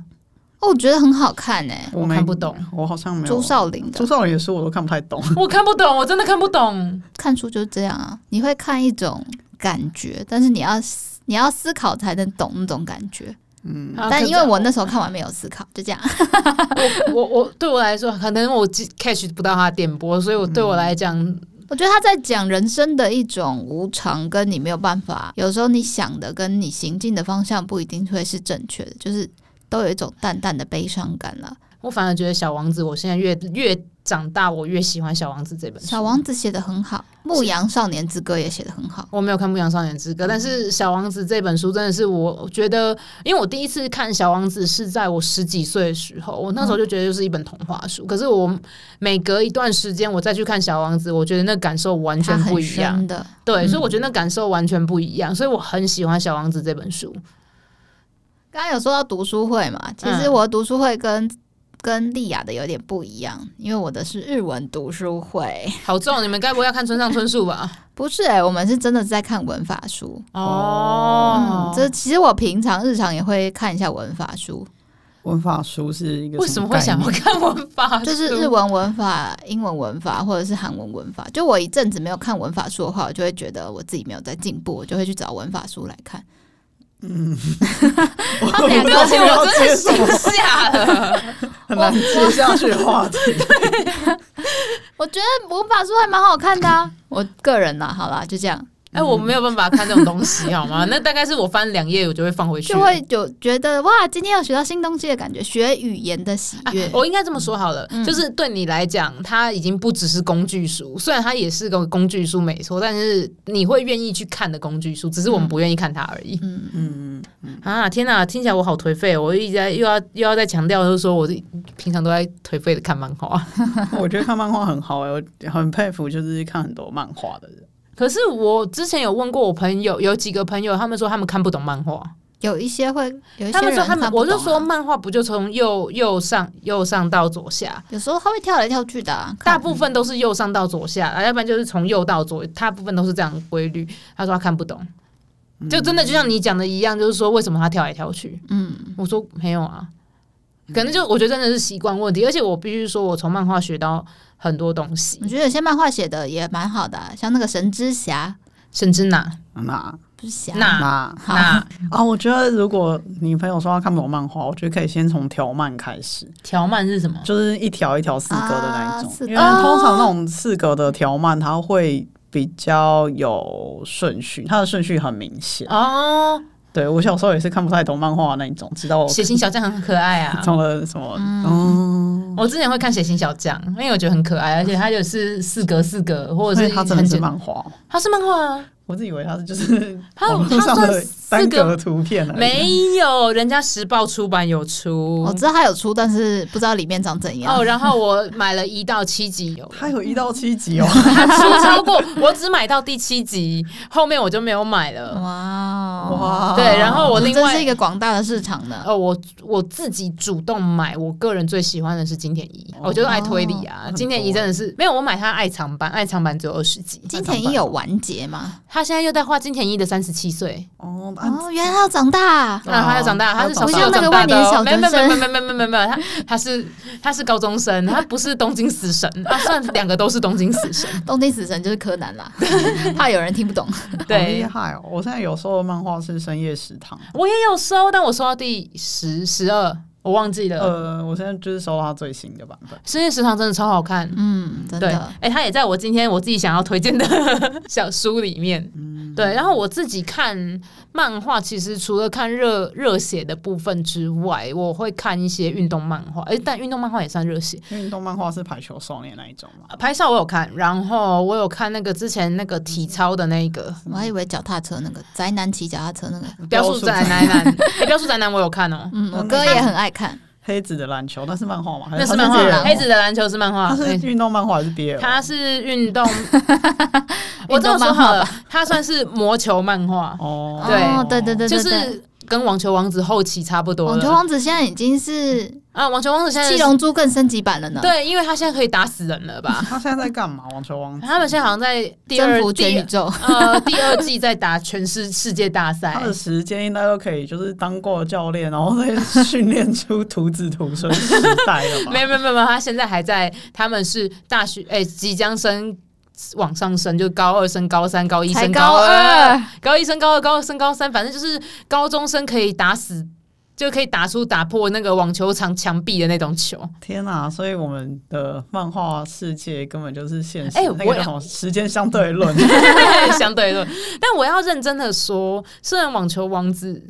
Speaker 2: 哦，我觉得很好看哎、》，
Speaker 1: 我
Speaker 3: 没
Speaker 1: 看不懂，
Speaker 3: 我好像没有。
Speaker 2: 朱少林
Speaker 3: 朱
Speaker 2: 的
Speaker 3: 少林的书我都看不太懂，
Speaker 1: 我看不懂，我真的看不懂。
Speaker 2: 看书就是这样啊，你会看一种感觉，但是你要思你要思考才能懂那种感觉。
Speaker 3: 嗯
Speaker 1: 啊
Speaker 2: 但因为我那
Speaker 1: 可
Speaker 2: 时候看完没有思考，就这样。
Speaker 1: 是我我我对我来说，可能我记 catch 不到他的点播，所以我对我来讲，
Speaker 2: 我觉得他在讲人生的一种无常，跟你没有办法，有时候你想的跟你行进的方向不一定会是正确的，就是都有一种淡淡的悲伤感了。
Speaker 1: 我反而觉得《小王子》，我现在越越长大，我越喜欢《小王子》这本书。
Speaker 2: 小王子写的很好，《牧羊少年之歌》也写的很好。
Speaker 1: 我没有看《牧羊少年之歌》，但是《小王子》这本书真的是我我觉得，因为我第一次看《小王子》是在我十几岁的时候，我那时候就觉得就是一本童话书。可是我每隔一段时间我再去看《小王子》，我觉得那感受完
Speaker 2: 它
Speaker 1: 全不
Speaker 2: 很
Speaker 1: 一样。
Speaker 2: 深的，
Speaker 1: 对，所以我觉得那感受完全不一样，所以我很喜欢《小王子》这本书。
Speaker 2: 刚刚有说到读书会
Speaker 1: 嗯
Speaker 2: 嘛，其实我的读书会跟、跟丽雅的有点不一样，因为我的是日文读书 会，
Speaker 1: 好重，你们该不会要看村上春树吧？
Speaker 2: 不是诶、我们是真的是在看文法书。
Speaker 1: 哦
Speaker 2: 嗯，，这其实我平常日常也会看一下文法书，
Speaker 3: 文法书是一个
Speaker 1: 为什么会想要
Speaker 3: 概念
Speaker 1: 看文法书？
Speaker 2: 就是日文文法、英文文法或者是韩文文法。就我一阵子没有看文法书的话，我就会觉得我自己没有在进步，我就会去找文法书来看。 嗯，他们两
Speaker 1: 对
Speaker 2: 个
Speaker 1: 不起，我真的心吓了。
Speaker 3: 很难接下去的 话题？
Speaker 2: 我觉得文法书还蛮好看的啊，我个人啦，好啦，就这样，
Speaker 1: 哎、我没有办法看这种东西，好吗？那大概是我翻两页，我就会放回去。
Speaker 2: 就会有觉得哇，今天有学到新东西的感觉，学语言的喜
Speaker 1: 啊
Speaker 2: 悦。
Speaker 1: 我应该这么说好了，
Speaker 2: 嗯
Speaker 1: 就是对你来讲，它已经不只是工具书，虽然它也是个工具书没错，但是你会愿意去看的工具书，只是我们不愿意看它而已。嗯嗯啊，天哪，听起来我好颓废哦，我一直在又要又要再强调，就是说我是平常都在颓废的看漫画。
Speaker 3: 我觉得看漫画很好哎、我很佩服，就是看很多漫画的人。
Speaker 1: 可是我之前有问过我朋友，有几个朋友，他们说他们看不懂漫画，
Speaker 2: 有一些会有一些人
Speaker 1: 他们说他们，
Speaker 2: 看不
Speaker 1: 我
Speaker 2: 懂啊
Speaker 1: 就说漫画不就从右右上右上到左下，
Speaker 2: 有时候他会跳来跳去的啊、看
Speaker 1: 大部分都是右上到左下，啊要不然就是从右到左，大部分都是这样的规律。他说他看不懂，就真的就像你讲的一样，就是说为什么他跳来跳去？嗯，我说没有啊，可能就我觉得真的是习惯问题，而且我必须说，我从漫画学到很多东西
Speaker 2: 我，觉得有些漫画写的也蛮好的啊、像那个《神之侠
Speaker 1: 甚至哪》
Speaker 3: 那
Speaker 2: 不是侠，
Speaker 1: 哪
Speaker 3: 那
Speaker 2: 好
Speaker 1: 哪
Speaker 3: 啊，我觉得如果你朋友说他看不懂漫画，我觉得可以先从条漫开始，
Speaker 1: 条漫是什么？
Speaker 3: 就是一条一条四格的那一种，
Speaker 2: 啊四格
Speaker 3: 因为通常那种四格的条漫它会比较有顺序，它的顺序很明显。
Speaker 1: 哦，
Speaker 3: 对我小时候也是看不太懂漫画的那一种，直到我
Speaker 1: 血型小将很可爱啊！
Speaker 3: 中了什么，嗯，
Speaker 1: 我之前会看血型小将，因为我觉得很可爱，而且它就是四格四格，或者
Speaker 3: 所以
Speaker 1: 是
Speaker 3: 它真的
Speaker 1: 很
Speaker 3: 是
Speaker 1: 简，
Speaker 3: 漫画。
Speaker 1: 它是漫画啊。
Speaker 3: 我自以为它是就是
Speaker 1: 它有
Speaker 3: 网络
Speaker 1: 它
Speaker 3: 上
Speaker 1: 算
Speaker 3: 的
Speaker 1: 四
Speaker 3: 单
Speaker 1: 个
Speaker 3: 格图 片而已
Speaker 1: 没有，人家时报出版有出
Speaker 2: 我知道他有出，但是不知道里面长怎哦样。
Speaker 1: 哦。然后我买了一到七集，有
Speaker 3: 它有一到七集哦，
Speaker 1: 它出超过，我只买到第七集，后面我就没有买了。
Speaker 2: 哇哇，
Speaker 3: 哇，
Speaker 1: 对，然后我另
Speaker 2: 真哦是
Speaker 1: 外
Speaker 2: 一个广大的市场呢。
Speaker 1: 哦，我我自己主动买，我个人最喜欢的是金田一，
Speaker 2: 哦
Speaker 1: 我就是爱推理啊。
Speaker 3: 哦
Speaker 1: 金田一真的是没有，我买它爱藏版，爱藏版只有二十集。
Speaker 2: 金田一有完结吗？
Speaker 1: 他现在又在画金田一的三十七岁，
Speaker 3: 哦，啊
Speaker 2: 哦，原来要长大，啊
Speaker 1: 那他要长大，他是小
Speaker 2: 不
Speaker 1: 时
Speaker 2: 像
Speaker 1: 候
Speaker 2: 那个
Speaker 1: 长大的哦，
Speaker 2: 万
Speaker 1: 没
Speaker 2: 年
Speaker 1: 没
Speaker 2: 小
Speaker 1: 没
Speaker 2: 得
Speaker 1: 没没没没没没，他他是他是高中生，他不是东京死神，他算两个都是东京死神，
Speaker 2: 东京死神就是柯南啦， 怕有人听不懂。
Speaker 3: 好厉
Speaker 1: 对。
Speaker 3: 害哦！我现在有收的漫画是《深夜食堂》，
Speaker 1: 我也有收，但我收到第十、十二，我忘记了。
Speaker 3: 呃，我现在就是收到它最新的版本。
Speaker 1: 深夜食堂真的超好看，
Speaker 2: 嗯，真
Speaker 1: 对，
Speaker 2: 的
Speaker 1: 哎、。它也在我今天我自己想要推荐的小书里面。对，然后我自己看漫画，其实除了看热热血的部分之外，我会看一些运动漫画，哎、但运动漫画也算热血。
Speaker 3: 运动漫画是排球少年那一种嘛？
Speaker 1: 拍照我有看，然后我有看那个之前那个体操的那一个
Speaker 2: 我还以为脚踏车那个宅男骑脚踏车那个，
Speaker 1: 标速宅男，哎标速宅男我有看 哦，
Speaker 2: 嗯，我哥也很爱看。
Speaker 3: 黑子的篮球，那是漫画吗？还
Speaker 1: 那是漫
Speaker 3: 它
Speaker 2: 是
Speaker 1: 画，
Speaker 2: 狼
Speaker 1: 黑子的篮球是漫画
Speaker 3: 它，是
Speaker 1: 哎
Speaker 3: 运动漫画还是 BL？
Speaker 1: 它是运 动，我这么说好了，它算是魔球漫画，
Speaker 3: 哦，
Speaker 1: 对
Speaker 2: 哦对对对，
Speaker 1: 就
Speaker 2: 对对
Speaker 1: 是跟网球王子后期差不多
Speaker 2: 网球
Speaker 1: 了。
Speaker 2: 王子现在已经是
Speaker 1: 啊，网球王子现在
Speaker 2: 七龙珠更升级版了呢。，
Speaker 1: 对，因为他现在可以打死人了吧？
Speaker 3: 他现在在干嘛？网球王子，
Speaker 1: 他们现在好像在第
Speaker 2: 嗯征
Speaker 1: 二
Speaker 2: 服
Speaker 1: 第
Speaker 2: 全宇宙。
Speaker 1: 呃第二季在打全世世界大赛
Speaker 3: 他，的时间应该都可以，就是当过教练，然后再训练出徒子徒孙时代了 吧？
Speaker 1: 没有没有没有，他现在还在，他们是大学哎、即将升。往上升，就高二升高三，高一
Speaker 2: 才
Speaker 1: 升
Speaker 2: 高
Speaker 1: 二，
Speaker 2: 二，哦
Speaker 1: 高一升高二，高二升高三，反正就是高中生可以打死，就可以打出打破那个网球场墙壁的那种球。
Speaker 3: 天哪、所以我们的漫画世界根本就是现实，
Speaker 1: 哎
Speaker 3: 那
Speaker 1: 我
Speaker 3: 个
Speaker 1: 也
Speaker 3: 叫什么时间相 对论？
Speaker 1: 相对论。但我要认真的说，虽然网球王子。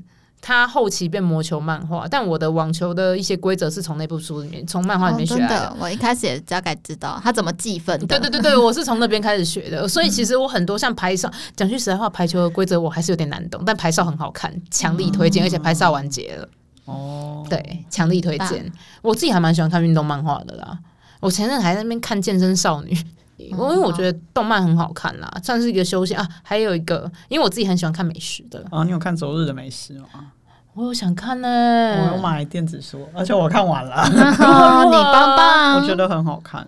Speaker 1: 他后期变魔球漫画，但我的网球的一些规则是从那部书里面，从漫画里
Speaker 2: 哦
Speaker 1: 面学
Speaker 2: 真
Speaker 1: 来
Speaker 2: 的，我一开始也大概知道他怎么计分的。
Speaker 1: 对对对对，我是从那边开始学的，所以
Speaker 2: 嗯
Speaker 1: 其实我很多像排少，讲句实在话，排球的规则我还是有点难懂，但排少很好看，强力推荐，而且排少完结了，
Speaker 3: 哦，
Speaker 1: 对，强力推
Speaker 2: 嗯
Speaker 1: 荐。我自己还蛮喜欢看运动漫画的啦，我前阵还在那边看《健身少女》。
Speaker 2: 哦
Speaker 1: 因为 我觉得动漫很好看啦，算是一个休闲啊。还有一个，因为我自己很喜欢看美食的，
Speaker 3: 啊，你有看《昨日的美食》吗？
Speaker 1: 我有想看呢、
Speaker 3: 我有买电子书，而且我看完了，
Speaker 2: 哦，你棒
Speaker 1: 嗯
Speaker 2: 棒。
Speaker 3: 我觉得很好看。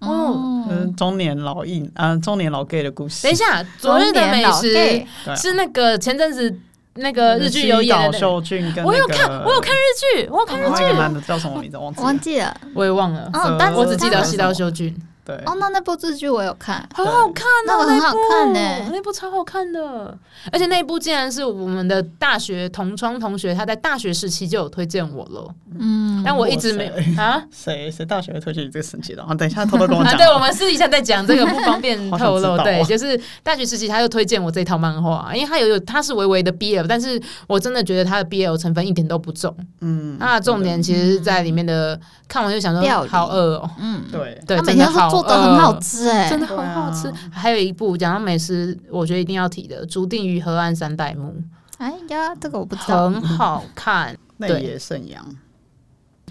Speaker 1: 哦
Speaker 2: 嗯
Speaker 3: 嗯，中年老硬，嗯、中年老 gay 的故事。
Speaker 1: 等一下，昨日的美
Speaker 2: 中年老
Speaker 1: 食
Speaker 2: gay
Speaker 3: 对啊
Speaker 1: 是那个前阵子那个日剧有演的那
Speaker 3: 岛秀俊跟、那个
Speaker 1: 我有看，我有看日剧，我有看日
Speaker 3: 那个男
Speaker 1: 剧，
Speaker 3: 的叫什么名字？忘记
Speaker 2: 忘
Speaker 3: 了。
Speaker 2: 记了。
Speaker 1: 我也忘了，
Speaker 2: 哦
Speaker 3: 呃，
Speaker 2: 但是
Speaker 1: 我只记得
Speaker 2: 他
Speaker 1: 西岛秀俊，
Speaker 3: 对，
Speaker 2: 哦，那那部日剧我有看，
Speaker 1: 很好看
Speaker 2: 那
Speaker 1: 哦，
Speaker 2: 个很好看
Speaker 1: 那
Speaker 2: 呢
Speaker 1: 部那部超好看的，而且那一部竟然是我们的大学同窗同学，他在大学时期就有推荐我了，
Speaker 2: 嗯，
Speaker 1: 但我一直没有
Speaker 3: 哇
Speaker 1: 啊。
Speaker 3: 谁谁大学会推荐你这个神奇的？啊，等一下偷偷跟 我
Speaker 1: 啊，
Speaker 3: 讲。
Speaker 1: 对，我们私底下再讲这个不方便
Speaker 3: 好想
Speaker 1: 透
Speaker 3: 知道
Speaker 1: 露。
Speaker 3: 哦
Speaker 1: 对，就是大学时期他就推荐我这套漫画，因为他有有他是微微的 BL，但是我真的觉得他的 BL 成分一点都不重。
Speaker 3: 嗯，
Speaker 1: 那啊重点其实是在里面的看完就想
Speaker 2: 嗯料
Speaker 1: 说
Speaker 2: 理
Speaker 1: 好饿哦，
Speaker 2: 嗯，
Speaker 3: 对，
Speaker 1: 对，
Speaker 2: 他每
Speaker 1: 真的
Speaker 2: 天都
Speaker 1: 好
Speaker 2: 做的很好
Speaker 1: 饿
Speaker 2: 吃哎，
Speaker 1: 真的
Speaker 3: 对
Speaker 1: 很
Speaker 3: 啊
Speaker 1: 好吃。还有一部讲到美食，我觉得一定要提的《竹定于河岸三代目
Speaker 2: 哎呀，这个我不》知道。嗯
Speaker 1: 很好看。
Speaker 3: 内野圣阳。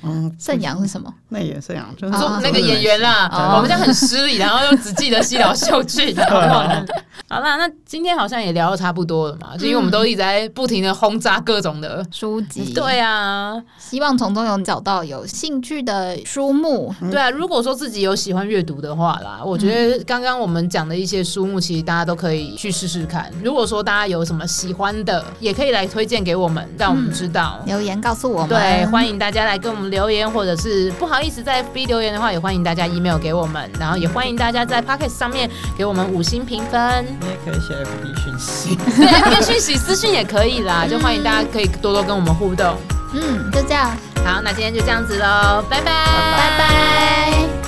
Speaker 3: 嗯，
Speaker 2: 盛阳是 什么？
Speaker 3: 内野圣阳就是
Speaker 2: 啊
Speaker 1: 做
Speaker 2: 啊
Speaker 1: 那个演员啦，哦
Speaker 2: 啊
Speaker 1: 我们这样很失礼，然后又只记得西岛秀 俊，好不好呢？啊好啦，那今天好像也聊的差不多了嘛，就因为我们都一直在不停的轰炸各种的。
Speaker 2: 书籍，，
Speaker 1: 对啊，
Speaker 2: 希望从中有找到有兴趣的书目。
Speaker 1: 对啊。如果说自己有喜欢阅读的话啦，我觉
Speaker 2: 嗯
Speaker 1: 得刚刚我们讲的一些书目，其实大家都可以去试试看。如果说大家有什么喜欢的，也可以来推荐给我们，让我
Speaker 2: 嗯
Speaker 1: 们知道。
Speaker 2: 留言告诉我们，
Speaker 1: 对，欢迎大家来跟我们留言，或者是不好意思在 FB 留言的话，也欢迎大家 email 给我们，然后也欢迎大家在 Pocket 上面给我们五星评分，
Speaker 3: 你也可以写 FB 讯息。
Speaker 1: 对，FB 讯息私讯也可以啦，就欢迎大家可以多多跟我们互动。
Speaker 2: 嗯，就这样，
Speaker 1: 好，那今天就这样子喽，拜拜，
Speaker 2: 拜拜